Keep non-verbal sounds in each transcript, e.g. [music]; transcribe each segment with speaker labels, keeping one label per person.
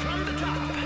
Speaker 1: From the top.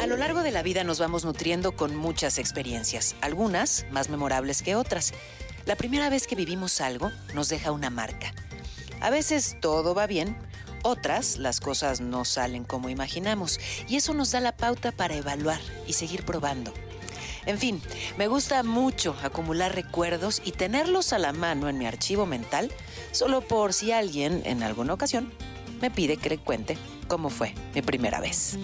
Speaker 2: A lo largo de la vida nos vamos nutriendo con muchas experiencias, algunas más memorables que otras. La primera vez que vivimos algo nos deja una marca. A veces todo va bien, otras las cosas no salen como imaginamos y eso nos da la pauta para evaluar y seguir probando. En fin, me gusta mucho acumular recuerdos y tenerlos a la mano en mi archivo mental solo por si alguien en alguna ocasión me pide que le cuente cómo fue mi primera vez.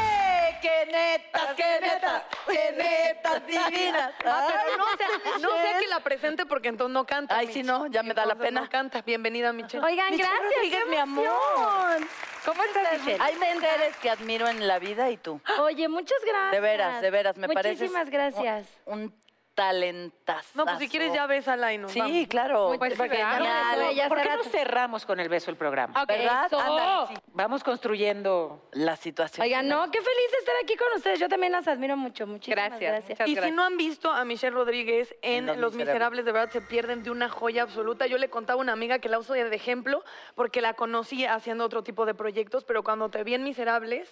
Speaker 3: ¡Eh, qué netas, qué netas! ¡Qué netas divinas!
Speaker 4: [laughs] Ah, pero no sea, no sea que la presente porque entonces no canta.
Speaker 3: Ay, sí, no, ya me da la
Speaker 4: Entonces
Speaker 3: pena.
Speaker 4: No canta. Bienvenida, Michelle.
Speaker 5: Oigan,
Speaker 3: Michelle
Speaker 5: gracias.
Speaker 3: Rodríguez,
Speaker 5: qué
Speaker 3: mi amor.
Speaker 5: emoción. ¿Cómo estás, Michelle?
Speaker 3: Hay mujeres que admiro en la vida y tú.
Speaker 5: Oye, muchas gracias.
Speaker 3: De veras, de veras, me
Speaker 5: Muchísimas
Speaker 3: parece.
Speaker 5: Muchísimas gracias.
Speaker 3: Un talentazo.
Speaker 4: No, pues si quieres ya ves a la y nos
Speaker 3: Sí,
Speaker 4: vamos.
Speaker 3: claro.
Speaker 4: Pues,
Speaker 3: Porque
Speaker 4: claro,
Speaker 3: genial.
Speaker 5: eso, ya
Speaker 6: ¿Por
Speaker 5: hace
Speaker 6: qué no
Speaker 5: rato.
Speaker 6: cerramos con el beso el programa?
Speaker 5: Ok,
Speaker 3: ¿Verdad?
Speaker 5: eso.
Speaker 3: Ándale, sí.
Speaker 6: Vamos construyendo.
Speaker 3: La situación.
Speaker 5: Oigan, no, qué feliz de estar aquí con ustedes. Yo también las admiro mucho. Muchísimas gracias. gracias.
Speaker 4: Y si no han visto a Michelle Rodríguez en Los, Miserables, de verdad se pierden de una joya absoluta. Yo le contaba a una amiga que la uso de ejemplo porque la conocí haciendo otro tipo de proyectos, pero cuando te vi en Miserables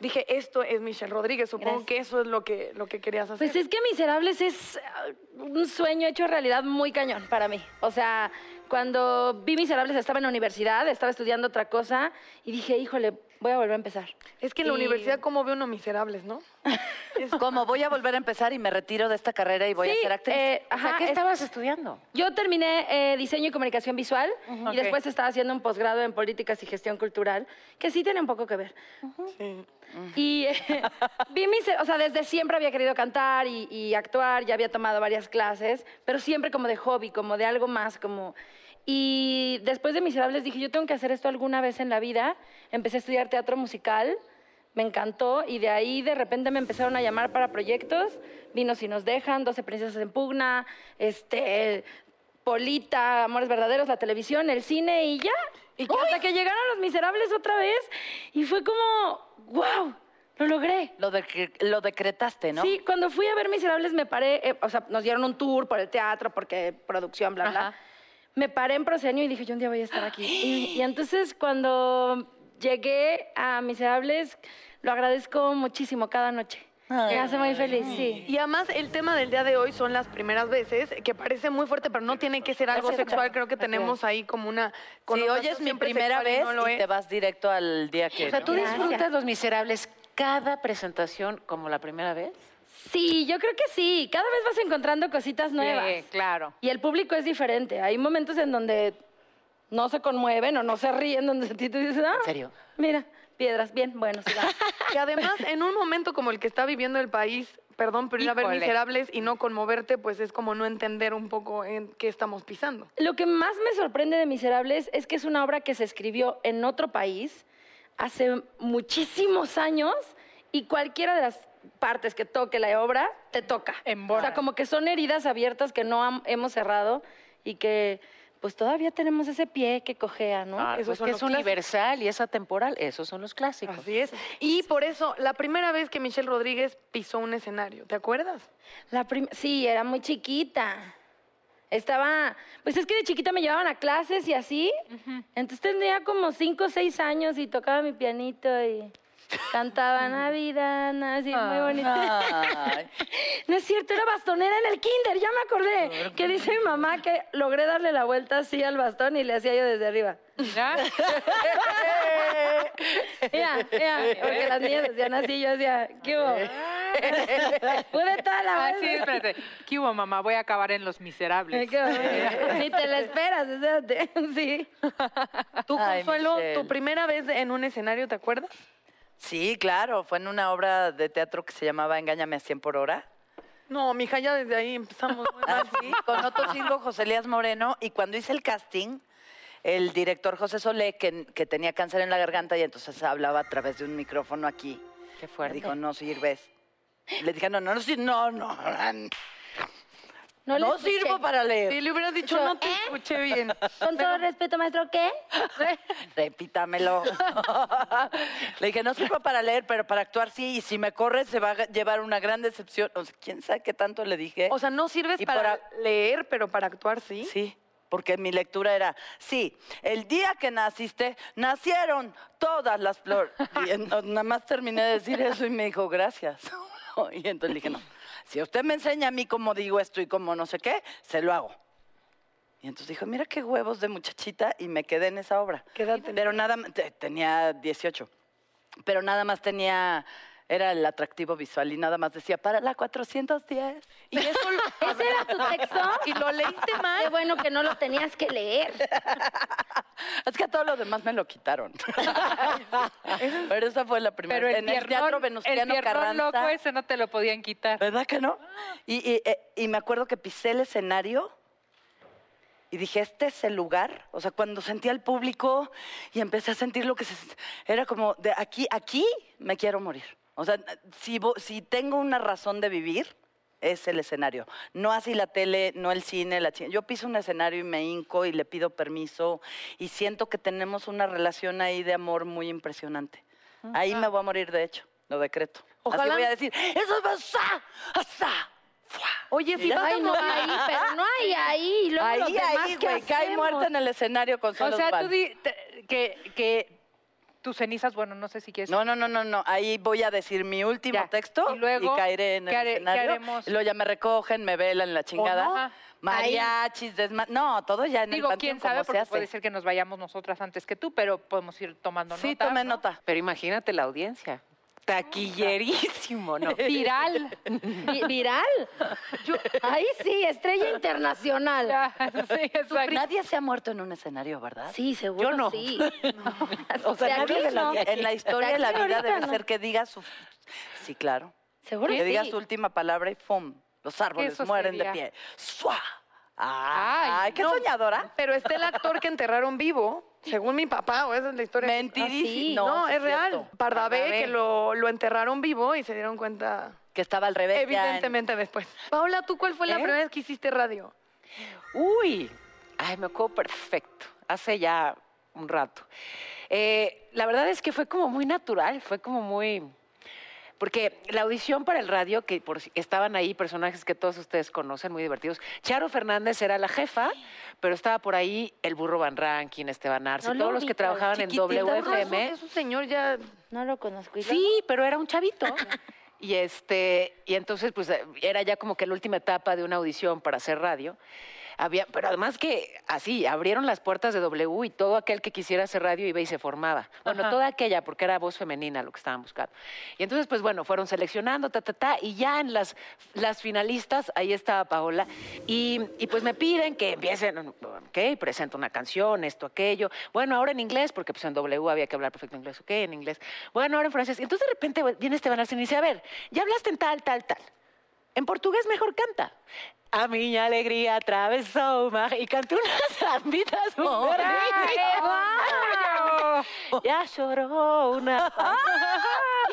Speaker 4: dije, esto es Michelle Rodríguez. Supongo
Speaker 5: Gracias.
Speaker 4: que eso es lo que, lo que querías hacer.
Speaker 5: Pues es que Miserables es ah, un sueño hecho realidad muy cañón para mí. O sea, cuando vi Miserables estaba en la universidad, estaba estudiando otra cosa y dije, híjole, voy a volver a empezar.
Speaker 4: Es que en la
Speaker 5: Y-
Speaker 4: universidad, ¿cómo ve uno Miserables, [laughs] no?
Speaker 3: Como voy a volver a empezar y me retiro de esta carrera y voy a
Speaker 5: Sí,
Speaker 3: ser actriz.
Speaker 5: eh,
Speaker 6: O sea,
Speaker 5: ajá,
Speaker 6: ¿qué
Speaker 5: es-
Speaker 6: estabas estudiando?
Speaker 5: Yo terminé eh, diseño y comunicación visual y
Speaker 4: Ok.
Speaker 5: después estaba haciendo un posgrado en políticas y gestión cultural, que sí tiene un poco que ver.
Speaker 4: Sí.
Speaker 5: Y eh, [laughs] vi mis, o sea, desde siempre había querido cantar y, y actuar, ya había tomado varias clases, pero siempre como de hobby, como de algo más, como... Y después de Miserables dije, yo tengo que hacer esto alguna vez en la vida. Empecé a estudiar teatro musical, me encantó, y de ahí de repente me empezaron a llamar para proyectos. Vino Si nos dejan, 12 princesas en pugna, este... Polita, Amores Verdaderos, la televisión, el cine y ya. Y que hasta que llegaron los miserables otra vez y fue como, wow, lo logré.
Speaker 3: Lo, de- lo decretaste, ¿no?
Speaker 5: Sí, cuando fui a ver Miserables me paré, eh, o sea, nos dieron un tour por el teatro, porque producción, bla, bla.
Speaker 4: Ajá.
Speaker 5: Me paré en Prosenio y dije, yo un día voy a estar aquí. Y, y entonces cuando llegué a Miserables, lo agradezco muchísimo cada noche.
Speaker 3: Ay.
Speaker 5: Me hace muy feliz, sí.
Speaker 4: Y además el tema del día de hoy son las primeras veces, que parece muy fuerte, pero no tiene que ser algo sexual. Creo que tenemos ahí como una...
Speaker 3: Si
Speaker 4: connotación
Speaker 3: hoy es mi
Speaker 4: siempre
Speaker 3: primera
Speaker 4: sexual y
Speaker 3: vez
Speaker 4: no lo
Speaker 3: y
Speaker 4: es.
Speaker 3: te vas directo al día que...
Speaker 6: O sea, ¿tú
Speaker 5: Gracias.
Speaker 6: disfrutas Los Miserables cada presentación como la primera vez?
Speaker 5: Sí, yo creo que sí. Cada vez vas encontrando cositas nuevas.
Speaker 6: claro.
Speaker 5: Y el público es diferente. Hay momentos en donde no se conmueven o no se ríen, donde tú dices, ah,
Speaker 6: ¿En serio?
Speaker 5: mira, piedras, bien, bueno,
Speaker 6: [laughs]
Speaker 5: sigamos".
Speaker 4: Que además, en un momento como el que está viviendo el país, perdón, pero ir a ver
Speaker 6: Híjole.
Speaker 4: miserables y no conmoverte, pues es como no entender un poco en qué estamos pisando.
Speaker 5: Lo que más me sorprende de Miserables es que es una obra que se escribió en otro país hace muchísimos años y cualquiera de las partes que toque la obra, te toca. O sea, como que son heridas abiertas que no ham- hemos cerrado y que pues todavía tenemos ese pie que cojea, ¿no?
Speaker 6: Ah,
Speaker 4: esos
Speaker 6: pues
Speaker 4: son
Speaker 6: que
Speaker 4: los
Speaker 6: es
Speaker 4: clásicos.
Speaker 6: universal y es atemporal. Esos son los clásicos.
Speaker 4: Así es. Y por eso, la primera vez que Michelle Rodríguez pisó un escenario, ¿te acuerdas?
Speaker 5: La prim- sí, era muy chiquita. Estaba, pues es que de chiquita me llevaban a clases y así. Entonces tendría como cinco o seis años y tocaba mi pianito y cantaba Navidad, Navidad, así muy bonito. [laughs]
Speaker 2: Ay.
Speaker 5: No es cierto, era bastonera en el kinder, ya me acordé. Que dice mi mamá que logré darle la vuelta así al bastón y le hacía yo desde arriba. Mira, mira, porque las niñas decían así, yo hacía, ¿qué hubo? Pude toda la
Speaker 7: Ah, sí,
Speaker 5: vuelta.
Speaker 7: espérate. ¿Qué hubo, mamá? Voy a acabar en Los
Speaker 5: Ay,
Speaker 7: Miserables.
Speaker 5: qué [laughs] bonito. Ni te la esperas, o sea, te- [laughs] sí.
Speaker 4: Tú,
Speaker 2: Ay,
Speaker 4: Consuelo,
Speaker 2: Michelle.
Speaker 4: tu primera vez en un escenario, ¿te acuerdas?
Speaker 3: Sí, claro, fue en una obra de teatro que se llamaba Engáñame a 100 por hora.
Speaker 4: No, mija, ya desde ahí [laughs] empezamos. muy mal.
Speaker 3: Así, Ah, con otro cinco, José Elías Moreno. Y cuando hice el casting, el director José Solé, que, que tenía cáncer en la garganta y entonces hablaba a través de un micrófono aquí,
Speaker 6: Qué
Speaker 3: me
Speaker 6: fuerte.
Speaker 3: dijo, no sirves. Le dije, no, no, no, sir- no, no, no,
Speaker 5: No, le escuché.
Speaker 3: sirvo para leer.
Speaker 4: Si le hubieras dicho,
Speaker 5: Yo,
Speaker 4: no te
Speaker 5: ¿eh?
Speaker 4: escuché bien.
Speaker 5: Con todo respeto, maestro, [laughs] ¿qué?
Speaker 4: [laughs]
Speaker 3: Repítamelo. Le dije, no sirvo para leer, pero para actuar sí, y si me corre se va a llevar una gran decepción. O sea, ¿Quién sabe qué tanto le dije?
Speaker 4: O sea, no sirves
Speaker 3: Y
Speaker 4: para
Speaker 3: para-
Speaker 4: leer, pero para actuar sí.
Speaker 3: Sí, porque mi lectura era, sí, el día que naciste, nacieron todas las
Speaker 4: [laughs]
Speaker 3: flores. Y en- nada más terminé de decir eso y me dijo, gracias. [laughs] Y entonces le dije, no, si usted me enseña a mí cómo digo esto y cómo no sé qué, se lo hago. Y entonces dijo, mira qué huevos de muchachita y me quedé en esa obra.
Speaker 4: ¿Qué edad tenías?
Speaker 3: Pero nada, más- te- tenía 18. Pero nada más tenía, era el atractivo visual y nada más decía, para la 410.
Speaker 4: Y eso lo-
Speaker 5: ¿Ese era tu texto?
Speaker 4: [laughs] Y lo leíste mal.
Speaker 5: Qué bueno que no lo tenías que leer.
Speaker 3: Es que a todo lo demás me lo quitaron. Pero esa fue la primera.
Speaker 7: Pero el
Speaker 3: en el
Speaker 7: piernón-
Speaker 3: teatro
Speaker 7: el
Speaker 3: Venustiano
Speaker 7: piernón
Speaker 3: Carranza.
Speaker 7: loco ese no te lo podían quitar.
Speaker 3: ¿Verdad que no? Y, y- eh, y me acuerdo que pisé el escenario y dije, este es el lugar. O sea, cuando sentía al público y empecé a sentir lo que se... Era como, de aquí, aquí me quiero morir. O sea, si, vo- si tengo una razón de vivir, es el escenario. No así la tele, no el cine, la chi- Yo piso un escenario y me hinco y le pido permiso y siento que tenemos una relación ahí de amor muy impresionante. Ahí me voy a morir, de hecho, lo decreto.
Speaker 4: Ojalá-
Speaker 3: Así voy a decir, eso es basá, asá, fuá".
Speaker 4: Oye, si vas a
Speaker 5: Ay, no,
Speaker 4: morir-
Speaker 5: ahí, pero no hay ahí. Y luego los
Speaker 3: Ahí,
Speaker 5: demás,
Speaker 3: ahí,
Speaker 5: ¿qué
Speaker 3: güey, cae
Speaker 5: hacemos?
Speaker 3: muerta en el escenario con
Speaker 7: O
Speaker 3: solo
Speaker 7: sea, tú di te- que, que tus cenizas, bueno, no sé si quieres.
Speaker 3: No, no, no, no, no. Ahí voy a decir mi último
Speaker 7: Ya.
Speaker 3: texto
Speaker 7: Y luego,
Speaker 3: caeré en el
Speaker 7: ¿qué haré- qué
Speaker 3: escenario.
Speaker 7: haremos?
Speaker 3: Y luego ya me recogen, me velan la chingada.
Speaker 7: no. Ajá.
Speaker 3: Mariachis, desma... No, todo ya en
Speaker 7: Digo,
Speaker 3: el panteón
Speaker 7: quién
Speaker 3: como
Speaker 7: sabe,
Speaker 3: se
Speaker 7: porque
Speaker 3: hace.
Speaker 7: puede ser que nos vayamos nosotras antes que tú, pero podemos ir tomando
Speaker 3: sí,
Speaker 7: nota.
Speaker 3: tome
Speaker 7: ¿no?
Speaker 3: nota.
Speaker 6: Pero imagínate la audiencia. Taquillerísimo,
Speaker 3: [laughs]
Speaker 4: [laughs]
Speaker 6: ¿no?
Speaker 7: Viral.
Speaker 5: Vi- ¿Viral? Ahí sí, estrella internacional.
Speaker 7: Ya, sí, exacto.
Speaker 3: Nadie se ha muerto en un escenario, ¿verdad?
Speaker 5: Sí, seguro
Speaker 6: Yo
Speaker 4: [laughs]
Speaker 6: no.
Speaker 5: sí.
Speaker 3: O sea,
Speaker 5: De
Speaker 3: nadie
Speaker 5: aquí
Speaker 3: de la-
Speaker 5: no.
Speaker 3: en la historia de
Speaker 5: aquí
Speaker 3: la vida
Speaker 5: ahorita
Speaker 3: debe
Speaker 5: no.
Speaker 3: ser que diga su... Sí, claro.
Speaker 5: Seguro
Speaker 3: Que diga
Speaker 5: sí.
Speaker 3: su última palabra y ¡pum! Los árboles
Speaker 7: Eso
Speaker 3: mueren de
Speaker 7: sería.
Speaker 3: pie. ¡Sua! ¡Ay,
Speaker 7: Ay,
Speaker 3: qué
Speaker 4: no.
Speaker 3: soñadora!
Speaker 4: Pero está el actor que enterraron vivo, según mi papá, o esa es la historia.
Speaker 3: Mentirísimo.
Speaker 5: Ah, sí.
Speaker 4: No,
Speaker 3: sí
Speaker 4: es real.
Speaker 3: cierto.
Speaker 4: Pardavé,
Speaker 3: Pardavé.
Speaker 4: que lo, lo enterraron vivo y se dieron cuenta,
Speaker 3: Que estaba al revés. ya en-
Speaker 4: evidentemente, después. Paula, ¿tú cuál fue la
Speaker 6: ¿Eh?
Speaker 4: primera vez que hiciste radio?
Speaker 6: Uy, ay, me acuerdo perfecto. Hace ya un rato. Eh, la verdad es que fue como muy natural, fue como muy. Porque la audición para el radio, que por si- estaban ahí personajes que todos ustedes conocen, muy divertidos. Charo Fernández era la jefa, pero estaba por ahí el burro Van Rankin, Esteban Arce,
Speaker 5: No lo
Speaker 6: todos los que
Speaker 5: ubico,
Speaker 6: trabajaban en
Speaker 3: chiquitita,
Speaker 4: Ah, es, un,
Speaker 6: WFM.
Speaker 4: es un señor ya...
Speaker 5: No lo conozco. ¿y luego?
Speaker 6: Sí, pero era un chavito. [laughs] Y este, y entonces, pues, eh, era ya como que la última etapa de una audición para hacer radio. Había, pero además que así, abrieron las puertas de W y todo aquel que quisiera hacer radio iba y se formaba. Bueno, toda aquella, porque era voz femenina lo que estaban buscando. Y entonces, pues bueno, fueron seleccionando, ta, ta, ta, y ya en las, las finalistas, ahí estaba Paola, y, y pues me piden que empiecen, ok, presento una canción, esto, aquello. Bueno, ahora en inglés, porque pues en W había que hablar perfecto inglés, ok, en inglés. Bueno, ahora en francés. Y entonces de repente viene Esteban Arce y me dice, a ver, ya hablaste en tal, tal, tal. En portugués mejor canta. A mi alegría atravesó o mar y cantó unas [laughs] zambitas muy
Speaker 5: ¡Qué
Speaker 6: [laughs] horribles.
Speaker 5: bárbaro!
Speaker 6: Ya lloró una.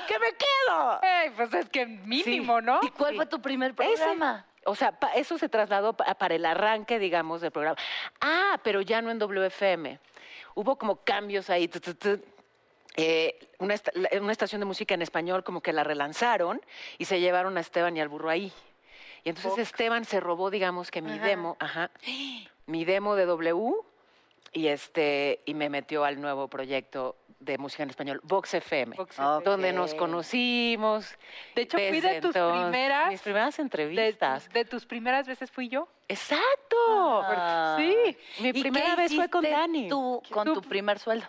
Speaker 3: qué me quedo?
Speaker 7: Ey, pues es que mínimo, ¿no?
Speaker 3: ¿Y cuál fue tu primer programa?
Speaker 6: O sea, pa- eso se trasladó pa- para el arranque, digamos, del programa. Ah, pero ya no en WFM. Hubo como cambios ahí. tu, tu, tu. Eh, una, esta- la- una estación de música en español como que la relanzaron y se llevaron a Esteban y al burro ahí. Y entonces Esteban se robó, digamos, que mi demo, ajá, mi demo de W y este y me metió al nuevo proyecto de música en español, Vox FM,
Speaker 7: Vox
Speaker 6: donde nos
Speaker 3: Ok.
Speaker 6: conocimos.
Speaker 7: De hecho, fui
Speaker 6: Desde
Speaker 7: de tus
Speaker 6: entonces-
Speaker 7: primeras-
Speaker 6: mis primeras
Speaker 7: De,
Speaker 6: entrevistas.
Speaker 7: de tus primeras veces fui yo.
Speaker 6: Exacto.
Speaker 3: Ah.
Speaker 7: Sí.
Speaker 6: Mi
Speaker 3: ¿Y qué
Speaker 6: primera vez fue con
Speaker 3: hiciste
Speaker 6: Dani.
Speaker 3: Tú, con
Speaker 7: Tú-
Speaker 3: tu primer sueldo.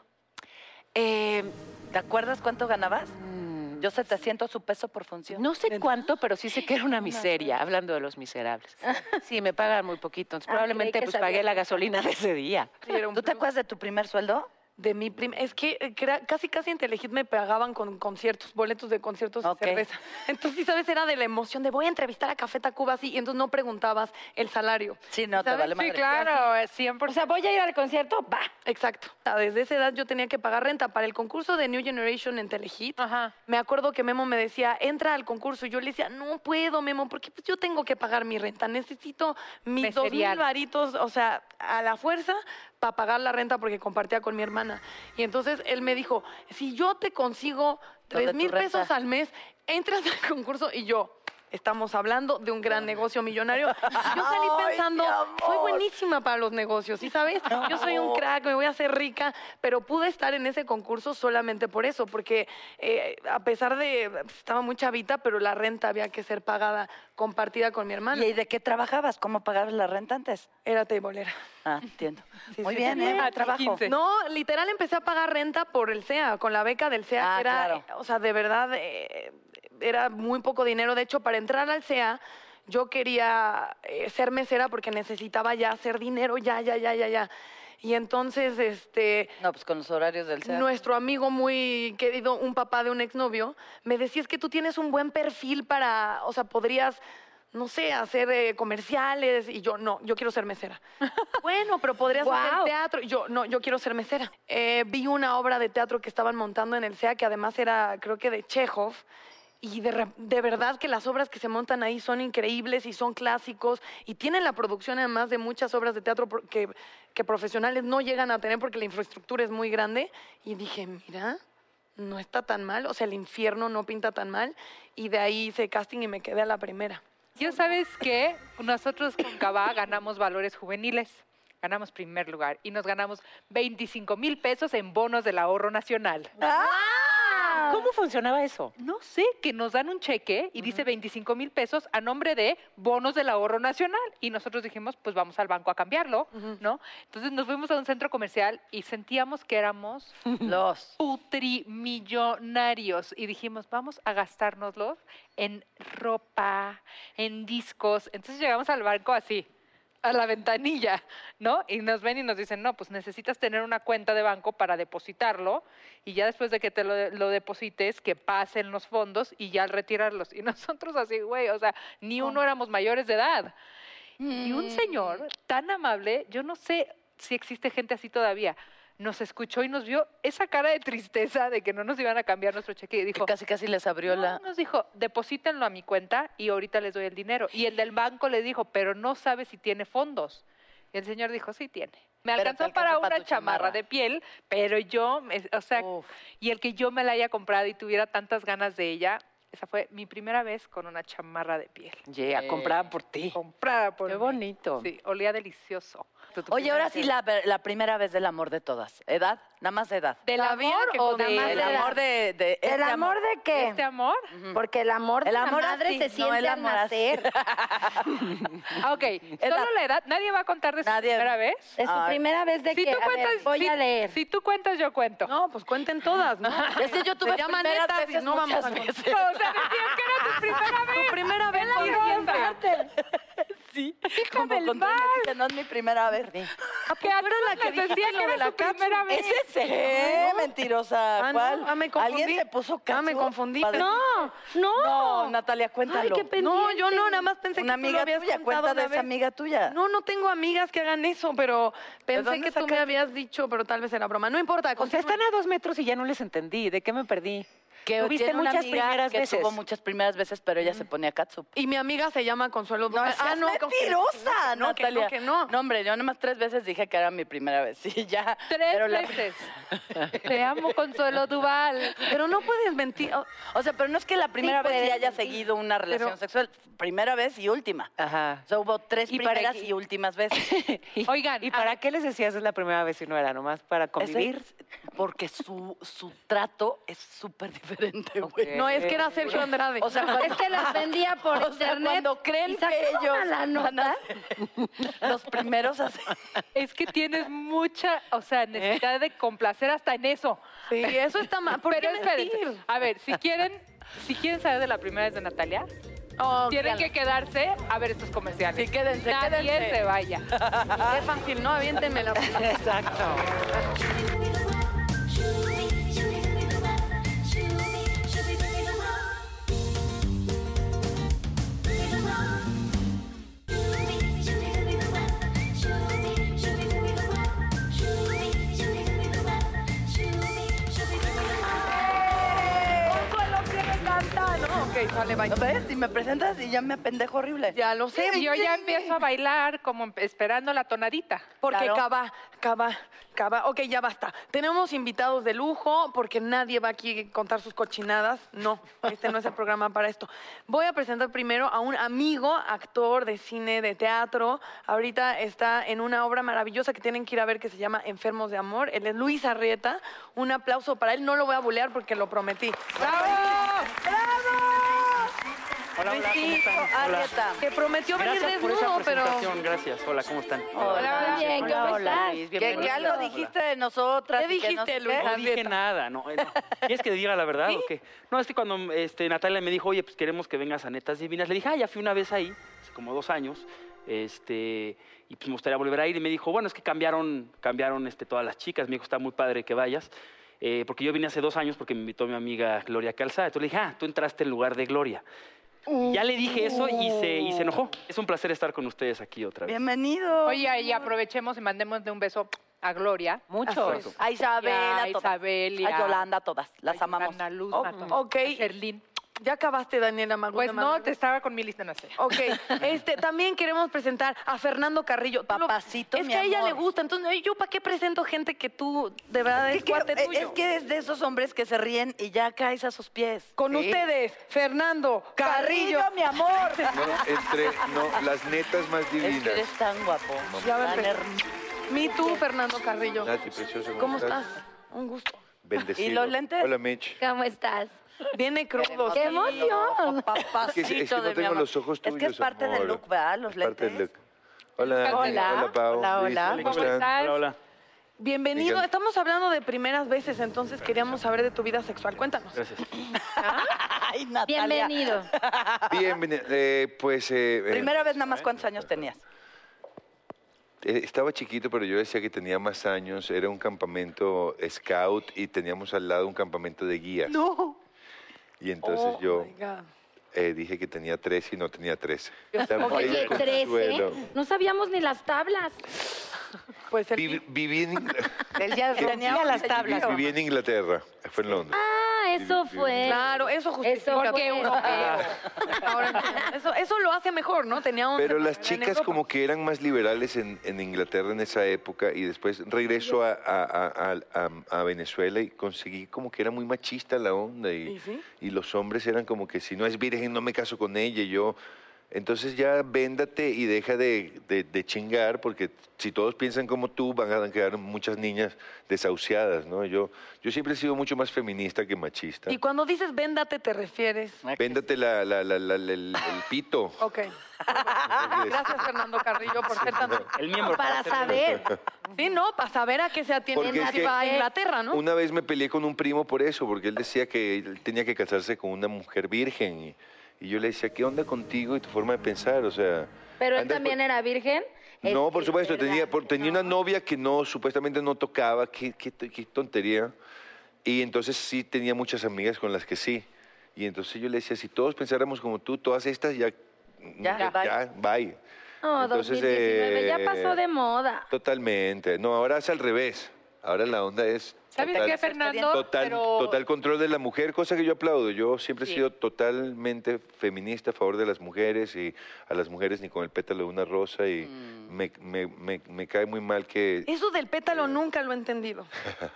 Speaker 6: Eh,
Speaker 3: ¿Te acuerdas cuánto ganabas?
Speaker 6: mm,
Speaker 3: Yo 700 su peso por función.
Speaker 6: no sé cuánto, pero sí sé que era una miseria, hablando de los miserables. Sí, me pagan muy poquito. entonces
Speaker 5: Ah, creí
Speaker 6: probablemente
Speaker 5: que
Speaker 6: pues
Speaker 5: sabías.
Speaker 6: pagué la gasolina de ese día.
Speaker 4: Sí, era un
Speaker 3: ¿Tú te
Speaker 4: plus.
Speaker 3: acuerdas de tu primer sueldo?
Speaker 4: De mi prima. Es que, eh, que era- casi, casi en Telehit me pagaban con conciertos, boletos de conciertos [laughs]
Speaker 3: Ok.
Speaker 4: y cerveza. Entonces, sí, ¿sabes? Era de la emoción de voy a entrevistar a Café Tacuba así. Y entonces no preguntabas el salario.
Speaker 3: Sí, no, te
Speaker 4: ¿Sabes?
Speaker 3: vale
Speaker 4: Sí,
Speaker 3: madre.
Speaker 7: Claro, es 100%.
Speaker 5: O sea, voy a ir al concierto, va.
Speaker 4: Exacto. O sea, Desde esa edad yo tenía que pagar renta para el concurso de New Generation en Telehit.
Speaker 3: Ah.
Speaker 7: Ajá.
Speaker 4: Me acuerdo que Memo me decía, entra al concurso. Y yo le decía, no puedo, Memo, porque pues, yo tengo que pagar mi renta. Necesito mis dos mil
Speaker 7: Meserial.
Speaker 4: varitos, o sea, a la fuerza, para pagar la renta porque compartía con mi hermana. Y entonces él me dijo, si yo te consigo
Speaker 3: Lo de
Speaker 4: tres
Speaker 3: tu
Speaker 4: mil
Speaker 3: renta.
Speaker 4: pesos al mes, entras al concurso y yo... Estamos hablando de un gran negocio millonario. Y Yo salí
Speaker 3: [laughs] Ay, mi
Speaker 4: pensando, fue
Speaker 3: amor.
Speaker 4: buenísima para los negocios, ¿sí sabes? Yo soy un crack, me voy a hacer rica, pero pude estar en ese concurso solamente por eso, porque eh, a pesar de, estaba muy chavita, pero la renta había que ser pagada, compartida con mi hermana.
Speaker 3: ¿Y ahí de qué trabajabas? ¿Cómo pagabas la renta antes?
Speaker 4: Era teibolera.
Speaker 3: Ah, entiendo.
Speaker 4: Sí,
Speaker 3: Muy
Speaker 4: sí,
Speaker 3: bien,
Speaker 4: sí.
Speaker 3: ¿eh?
Speaker 4: Ah,
Speaker 3: Buen trabajo.
Speaker 7: 15.
Speaker 4: No, literal empecé a pagar renta por el SEA, con la beca del
Speaker 3: Ah,
Speaker 4: SEA. que era,
Speaker 3: claro.
Speaker 4: eh, O sea, de verdad, eh, era muy poco dinero. De hecho, para entrar al SEA, yo quería eh, ser mesera porque necesitaba ya hacer dinero, ya, ya, ya, ya, ya. Y entonces, este,
Speaker 3: No, pues con los horarios del CEA.
Speaker 4: nuestro amigo muy querido, un papá de un exnovio, me decía, es que tú tienes un buen perfil para, o sea, podrías, no sé, hacer eh, comerciales. Y yo, no, yo quiero
Speaker 3: [laughs]
Speaker 4: ser mesera. bueno, pero podrías hacer
Speaker 5: Guau.
Speaker 4: teatro. Y yo, no, yo quiero ser mesera. Eh, vi una obra de teatro que estaban montando en el SEA, que además era, creo que de Chekhov. Y de, re- de verdad que las obras que se montan ahí son increíbles y son clásicos y tienen la producción además de muchas obras de teatro por- que, que profesionales no llegan a tener porque la infraestructura es muy grande. Y dije, mira, no está tan mal, o sea, el infierno no pinta tan mal. Y de ahí hice casting y me quedé a la primera.
Speaker 7: Yo sabes que nosotros con Cabá ganamos valores juveniles. Ganamos primer lugar y nos ganamos 25 mil pesos en bonos del ahorro nacional.
Speaker 3: Ah.
Speaker 6: ¿Cómo funcionaba eso?
Speaker 7: No sé, que nos dan un cheque y dice 25 mil pesos a nombre de bonos del ahorro nacional. Y nosotros dijimos, pues vamos al banco a cambiarlo, ¿no? Entonces nos fuimos a un centro comercial y sentíamos que éramos
Speaker 3: Los.
Speaker 7: putrimillonarios. Y dijimos, vamos a gastárnoslos en ropa, en discos. Entonces llegamos al banco así, a la ventanilla, ¿no? Y nos ven y nos dicen, no, pues necesitas tener una cuenta de banco para depositarlo. Y ya después de que te lo, lo deposites, que pasen los fondos y ya al retirarlos. Y [laughs] nosotros así, güey, o sea, ni uno éramos mayores de edad. Y
Speaker 3: Mm.
Speaker 5: Mm.
Speaker 7: un señor tan amable, yo no sé si existe gente así todavía, nos escuchó y nos vio esa cara de tristeza de que no nos iban a cambiar nuestro cheque y
Speaker 3: Que
Speaker 7: dijo,
Speaker 3: casi casi les abrió
Speaker 7: "No",
Speaker 3: la.
Speaker 7: nos dijo, deposítenlo a mi cuenta y ahorita les doy el dinero. Y el del banco le dijo, pero no sabe si tiene fondos. Y el señor dijo, sí tiene. Me
Speaker 3: Pero te
Speaker 7: alcanzó
Speaker 3: alcanzó
Speaker 7: para
Speaker 3: pa'
Speaker 7: una
Speaker 3: tu chamarra.
Speaker 7: chamarra de piel, pero yo, me- o sea,
Speaker 3: Uf.
Speaker 7: y el que yo me la haya comprado y tuviera tantas ganas de ella, esa fue mi primera vez con una chamarra de piel.
Speaker 6: Yeah,
Speaker 3: eh,
Speaker 6: compraba por ti.
Speaker 7: Comprada por
Speaker 6: Qué
Speaker 7: mí.
Speaker 6: bonito.
Speaker 7: Sí, olía delicioso.
Speaker 3: Oye, ahora sí la, ver- la primera vez del amor de todas. ¿Edad? Nada más edad.
Speaker 7: ¿Del
Speaker 4: ¿El
Speaker 7: amor
Speaker 4: amor
Speaker 7: o
Speaker 4: o nada
Speaker 7: de
Speaker 4: más
Speaker 3: El
Speaker 4: edad?
Speaker 3: amor de. de este
Speaker 5: ¿El amor de qué?
Speaker 7: este amor?
Speaker 5: Porque el amor de
Speaker 3: El amor
Speaker 5: la madre
Speaker 3: así,
Speaker 5: se
Speaker 3: no
Speaker 5: siente
Speaker 3: el
Speaker 5: al
Speaker 3: amor así.
Speaker 5: nacer.
Speaker 7: Ah, ok. Solo la edad. ¿Nadie va a contar de su
Speaker 3: Nadie.
Speaker 7: primera vez?
Speaker 5: Es su
Speaker 3: Ay.
Speaker 5: primera vez de que a ver, voy
Speaker 7: si-
Speaker 5: a leer.
Speaker 7: Si tú cuentas, yo cuento.
Speaker 4: No, pues cuenten todas, ¿no?
Speaker 3: Es
Speaker 4: [laughs]
Speaker 3: que yo tuve
Speaker 4: Se llaman
Speaker 3: primeras
Speaker 4: netas y
Speaker 3: veces
Speaker 4: pues, no vamos
Speaker 3: muchas
Speaker 4: a contar.
Speaker 3: veces.
Speaker 7: O sea, decías que era tu primera vez.
Speaker 4: Tu primera vez
Speaker 7: la
Speaker 4: consciente.
Speaker 3: Sí. Como
Speaker 7: del
Speaker 3: con Tania, dije, no es mi primera vez.
Speaker 7: Que a todas
Speaker 4: la que
Speaker 7: les decía
Speaker 4: decía lo
Speaker 7: que
Speaker 4: de
Speaker 7: era
Speaker 4: la
Speaker 7: su primera
Speaker 4: cápsula?
Speaker 7: vez.
Speaker 3: ¿Es ese? ¿Qué? Mentirosa.
Speaker 4: Ah, no,
Speaker 3: ¿Cuál?
Speaker 4: ah, me confundí.
Speaker 3: ¿Alguien se puso
Speaker 4: Ah, me
Speaker 3: catsup
Speaker 4: confundí.
Speaker 3: para decir-
Speaker 5: No, no.
Speaker 3: No, Natalia, cuéntalo.
Speaker 5: Ay, qué pena.
Speaker 4: No, yo no, nada más pensé
Speaker 3: Una
Speaker 4: que tú
Speaker 3: amiga
Speaker 4: lo habías
Speaker 3: tuya,
Speaker 4: contado
Speaker 3: cuenta de
Speaker 4: una
Speaker 3: esa
Speaker 4: vez.
Speaker 3: amiga tuya.
Speaker 4: No, no tengo amigas que hagan eso, pero pensé
Speaker 3: dónde
Speaker 4: que tú me
Speaker 3: sacaste?
Speaker 4: habías dicho, pero tal vez era broma. No importa,
Speaker 6: O sea,
Speaker 4: continúen.
Speaker 6: están a dos metros y ya no les entendí. ¿De qué me perdí? Que
Speaker 3: Tuviste
Speaker 6: tiene una
Speaker 3: muchas
Speaker 6: amiga
Speaker 3: primeras
Speaker 6: que
Speaker 3: veces.
Speaker 6: tuvo
Speaker 3: muchas primeras veces, pero ella se ponía catsup.
Speaker 4: Y mi amiga se llama
Speaker 3: No,
Speaker 4: Consuelo Duval.
Speaker 3: ah, no,
Speaker 4: que-
Speaker 3: mentirosa,
Speaker 4: no, que
Speaker 3: Natalia.
Speaker 4: no, que no.
Speaker 3: No, hombre, yo nomás tres veces dije que era mi primera vez. Y ya.
Speaker 7: Tres
Speaker 3: pero la-
Speaker 7: veces. Te amo, Consuelo Duval.
Speaker 4: Pero no puedes mentir. o-
Speaker 3: O sea, pero no es que la primera vez
Speaker 5: puedes
Speaker 3: ya haya
Speaker 5: mentir.
Speaker 3: seguido una relación
Speaker 4: Pero- Ah.
Speaker 3: sexual. Primera vez y última.
Speaker 6: Ajá.
Speaker 3: O sea, hubo tres
Speaker 6: Y para
Speaker 3: primeras
Speaker 6: que-
Speaker 3: y últimas veces.
Speaker 4: [laughs]
Speaker 7: Oigan,
Speaker 6: ¿Y para qué les decías es la primera vez si no era nomás para convivir?
Speaker 3: Ese- porque su, su trato es súper diferente, güey.
Speaker 6: Ok.
Speaker 4: No, es que era
Speaker 3: [laughs]
Speaker 4: Sergio
Speaker 3: [laughs]
Speaker 4: Andrade. [laughs]
Speaker 3: O sea,
Speaker 5: Es que las vendía por
Speaker 3: O sea,
Speaker 5: internet.
Speaker 3: cuando creen
Speaker 5: y sacó
Speaker 3: que ellos
Speaker 5: una la
Speaker 3: van a
Speaker 5: nota.
Speaker 3: los primeros así.
Speaker 7: es que tienes mucha, o sea, necesidad de complacer hasta en eso.
Speaker 4: Sí, eso está mal. ¿Por
Speaker 7: Pero
Speaker 4: qué
Speaker 7: espérense.
Speaker 4: mentir?
Speaker 7: A ver, si quieren, si quieren saber de la primera vez de Natalia,
Speaker 4: Oh,
Speaker 7: tienen
Speaker 4: claro.
Speaker 7: que quedarse a ver estos comerciales.
Speaker 3: Sí, quédense,
Speaker 7: Nadie
Speaker 3: quédense.
Speaker 7: se vaya.
Speaker 4: Qué fácil, no, aviénteme la
Speaker 6: Exacto.
Speaker 4: Ok, sale, bye.
Speaker 3: ¿No ves? Si me presentas y ya me apendejo horrible.
Speaker 4: Ya lo sé.
Speaker 7: Y yo ya empiezo a bailar como em- esperando la tonadita.
Speaker 4: Porque
Speaker 3: Claro.
Speaker 4: cava, cava, cava. Ok, ya basta. Tenemos invitados de lujo porque nadie va aquí a contar sus cochinadas. No, este no es el programa para esto. Voy a presentar primero a un amigo, actor de cine, de teatro. Ahorita está en una obra maravillosa que tienen que ir a ver que se llama Enfermos de Amor. Él es Luis Arrieta. Un aplauso para él. No lo voy a bulear porque lo prometí. ¡Bravo!
Speaker 8: Hola, hola, ¿cómo
Speaker 4: Luisito
Speaker 8: están? Hola.
Speaker 4: Arrieta. Que prometió venir
Speaker 8: Gracias por esa
Speaker 4: desnudo, pero...
Speaker 8: presentación, gracias. Hola, ¿cómo están?
Speaker 5: Hola,
Speaker 3: Hola,
Speaker 5: bien, ¿cómo estás?
Speaker 3: Que, que algo dijiste de nosotras.
Speaker 4: ¿Qué
Speaker 3: y que no
Speaker 4: dijiste,
Speaker 3: sé
Speaker 4: Luis?
Speaker 8: No dije
Speaker 4: Arrieta.
Speaker 8: nada, no.
Speaker 3: [laughs]
Speaker 8: eh, no. ¿Quieres que diga la verdad o qué? No, es que cuando este, Natalia me dijo, oye, pues queremos que vengas a Netas Divinas, le dije, ah, ya fui una vez ahí, hace como dos años, este, y pues me gustaría volver a ir. Y me dijo, bueno, es que cambiaron, cambiaron este, todas las chicas, me dijo, está muy padre que vayas. eh, porque yo vine hace dos años porque me invitó mi amiga Gloria Calzada. Entonces le dije, ah, tú entraste en lugar de Gloria. Ya le dije eso y se, y se enojó. Es un placer estar con ustedes aquí otra vez.
Speaker 3: Uh. Bienvenido.
Speaker 7: Oye, y aprovechemos y mandémosle un beso a Gloria.
Speaker 6: Muchos.
Speaker 8: Exacto.
Speaker 3: a Isabel,
Speaker 7: Ya,
Speaker 3: a todas.
Speaker 7: Isabel y
Speaker 3: a
Speaker 7: a-
Speaker 3: Yolanda, todas. Las
Speaker 7: Ay,
Speaker 3: amamos.
Speaker 7: Ana Luz,
Speaker 3: Oh,
Speaker 7: Matón,
Speaker 4: ok.
Speaker 7: a Sherlyn.
Speaker 4: Ya acabaste, Daniela Maguna.
Speaker 7: Pues no,
Speaker 4: Maguna.
Speaker 7: te estaba con mi lista, no sé.
Speaker 4: Ok, este, también queremos presentar a Fernando Carrillo. Tú lo-
Speaker 3: Papacito,
Speaker 4: Es
Speaker 3: mi
Speaker 4: que a ella
Speaker 3: amor.
Speaker 4: le gusta, entonces yo para qué presento gente que tú de verdad es,
Speaker 3: Es que,
Speaker 4: cuate
Speaker 3: eh,
Speaker 4: tuyo.
Speaker 3: es que es de esos hombres que se ríen y ya caes a sus pies.
Speaker 4: Con ustedes, Fernando Carrillo.
Speaker 3: mi amor.
Speaker 9: [laughs] entre no, las netas más
Speaker 3: Es que
Speaker 9: divinas.
Speaker 3: eres tan guapo.
Speaker 4: Ya va a
Speaker 3: Tan
Speaker 4: empezar.
Speaker 3: hermoso.
Speaker 4: Me tú, Fernando Carrillo.
Speaker 9: Nati, preciosa,
Speaker 4: ¿Cómo estás? Un gusto.
Speaker 9: Bendecido.
Speaker 3: ¿Y los lentes?
Speaker 9: Hola, Mitch.
Speaker 5: ¿Cómo estás?
Speaker 4: Viene crudo.
Speaker 5: ¡Qué emoción!
Speaker 9: Es que, es que
Speaker 3: Papacito
Speaker 9: no
Speaker 3: de mi
Speaker 9: tengo
Speaker 3: amor.
Speaker 9: los ojos tuyos,
Speaker 3: Es que es parte
Speaker 9: amor.
Speaker 3: del look, ¿verdad? Los
Speaker 9: Es parte del
Speaker 3: lentes.
Speaker 9: look. Hola, Nati.
Speaker 7: Hola.
Speaker 9: Hola, Pau.
Speaker 6: Hola,
Speaker 9: Luis,
Speaker 6: hola.
Speaker 9: ¿Cómo
Speaker 7: ¿Cómo
Speaker 9: están?
Speaker 7: estás?
Speaker 8: Hola, hola.
Speaker 4: Ah, Bienvenido.
Speaker 9: Digan.
Speaker 4: Estamos hablando de primeras veces, entonces queríamos saber de tu vida sexual. Cuéntanos.
Speaker 8: Gracias.
Speaker 3: Ay, [laughs] Natalia.
Speaker 5: Bienvenido.
Speaker 3: [laughs]
Speaker 9: Bien, bien, eh, pues... eh, eh,
Speaker 3: Primera vez nada más cuántos años tenías.
Speaker 9: Eh, Estaba chiquito, pero yo decía que tenía más años. Era un campamento scout y teníamos al lado un campamento de guías.
Speaker 4: No.
Speaker 9: Y entonces
Speaker 4: Oh,
Speaker 9: yo
Speaker 4: my God.
Speaker 9: eh, dije que tenía 13 y no tenía 13.
Speaker 5: Oye, 13.
Speaker 9: Consuelo.
Speaker 5: No sabíamos ni las tablas.
Speaker 4: Pues el
Speaker 9: Vi- Viví en,
Speaker 3: [laughs]
Speaker 9: Ingl-
Speaker 6: Él ya rompía las tablas.
Speaker 9: viví en Inglaterra, fue en Londres.
Speaker 5: Ah, eso
Speaker 9: Sí, sí,
Speaker 5: fue.
Speaker 4: Claro, eso justifica.
Speaker 5: Eso
Speaker 4: que
Speaker 5: fue. Ah,
Speaker 4: europeo. Ahora entiendo. eso, eso lo hace mejor, ¿no? Tenía un
Speaker 9: Pero las chicas como que eran más liberales en, en Inglaterra en esa época y después regreso a, a- a- a- a- a Venezuela y conseguí como que era muy machista la onda y,
Speaker 4: ¿Y sí?
Speaker 9: y los hombres eran como que si no es virgen no me caso con ella y yo... Entonces ya véndate y deja de, de- de chingar porque si todos piensan como tú van a quedar muchas niñas desahuciadas, ¿no? Yo, yo siempre he sido mucho más feminista que machista.
Speaker 4: Y cuando dices véndate, te refieres.
Speaker 9: Véndate la- la- la- la- la- el, el pito.
Speaker 4: Ok. Gracias, Fernando Carrillo, por ser tan.
Speaker 8: El miembro.
Speaker 5: Para saber.
Speaker 4: Sí, no, para saber a qué se atiene
Speaker 9: Porque es que-
Speaker 4: a Inglaterra, ¿no?
Speaker 9: Una vez me peleé con un primo por eso, porque él decía que él tenía que casarse con una mujer virgen. Y, y yo le decía, ¿qué onda contigo y tu forma de pensar? O sea.
Speaker 5: Pero él
Speaker 9: andas
Speaker 5: también
Speaker 9: por-
Speaker 5: era virgen. Es
Speaker 9: No,
Speaker 5: que
Speaker 9: por
Speaker 5: es
Speaker 9: supuesto, tenía,
Speaker 5: verdad,
Speaker 9: por- tenía
Speaker 5: ¿no?
Speaker 9: una novia que no, supuestamente no tocaba, qué, qué to- qué tontería. Y entonces sí tenía muchas amigas con las que sí. Y entonces yo le decía, si todos pensáramos como tú, todas estas ya.
Speaker 3: Ya, bye.
Speaker 9: bye.
Speaker 5: No,
Speaker 9: Entonces,
Speaker 5: 2019 ya
Speaker 9: eh,
Speaker 5: pasó de moda.
Speaker 9: Totalmente. No, ahora es al revés. Ahora la onda es
Speaker 7: ¿Sabes
Speaker 9: total-
Speaker 7: qué, Fernando?
Speaker 9: total,
Speaker 7: Pero-
Speaker 9: total control de la mujer, cosa que yo aplaudo. Yo siempre
Speaker 7: Sí.
Speaker 9: he sido totalmente feminista a favor de las mujeres y a las mujeres ni con el pétalo de una rosa y
Speaker 4: Mm.
Speaker 9: me, me- me- me cae muy mal que...
Speaker 4: Eso del pétalo nunca lo he entendido.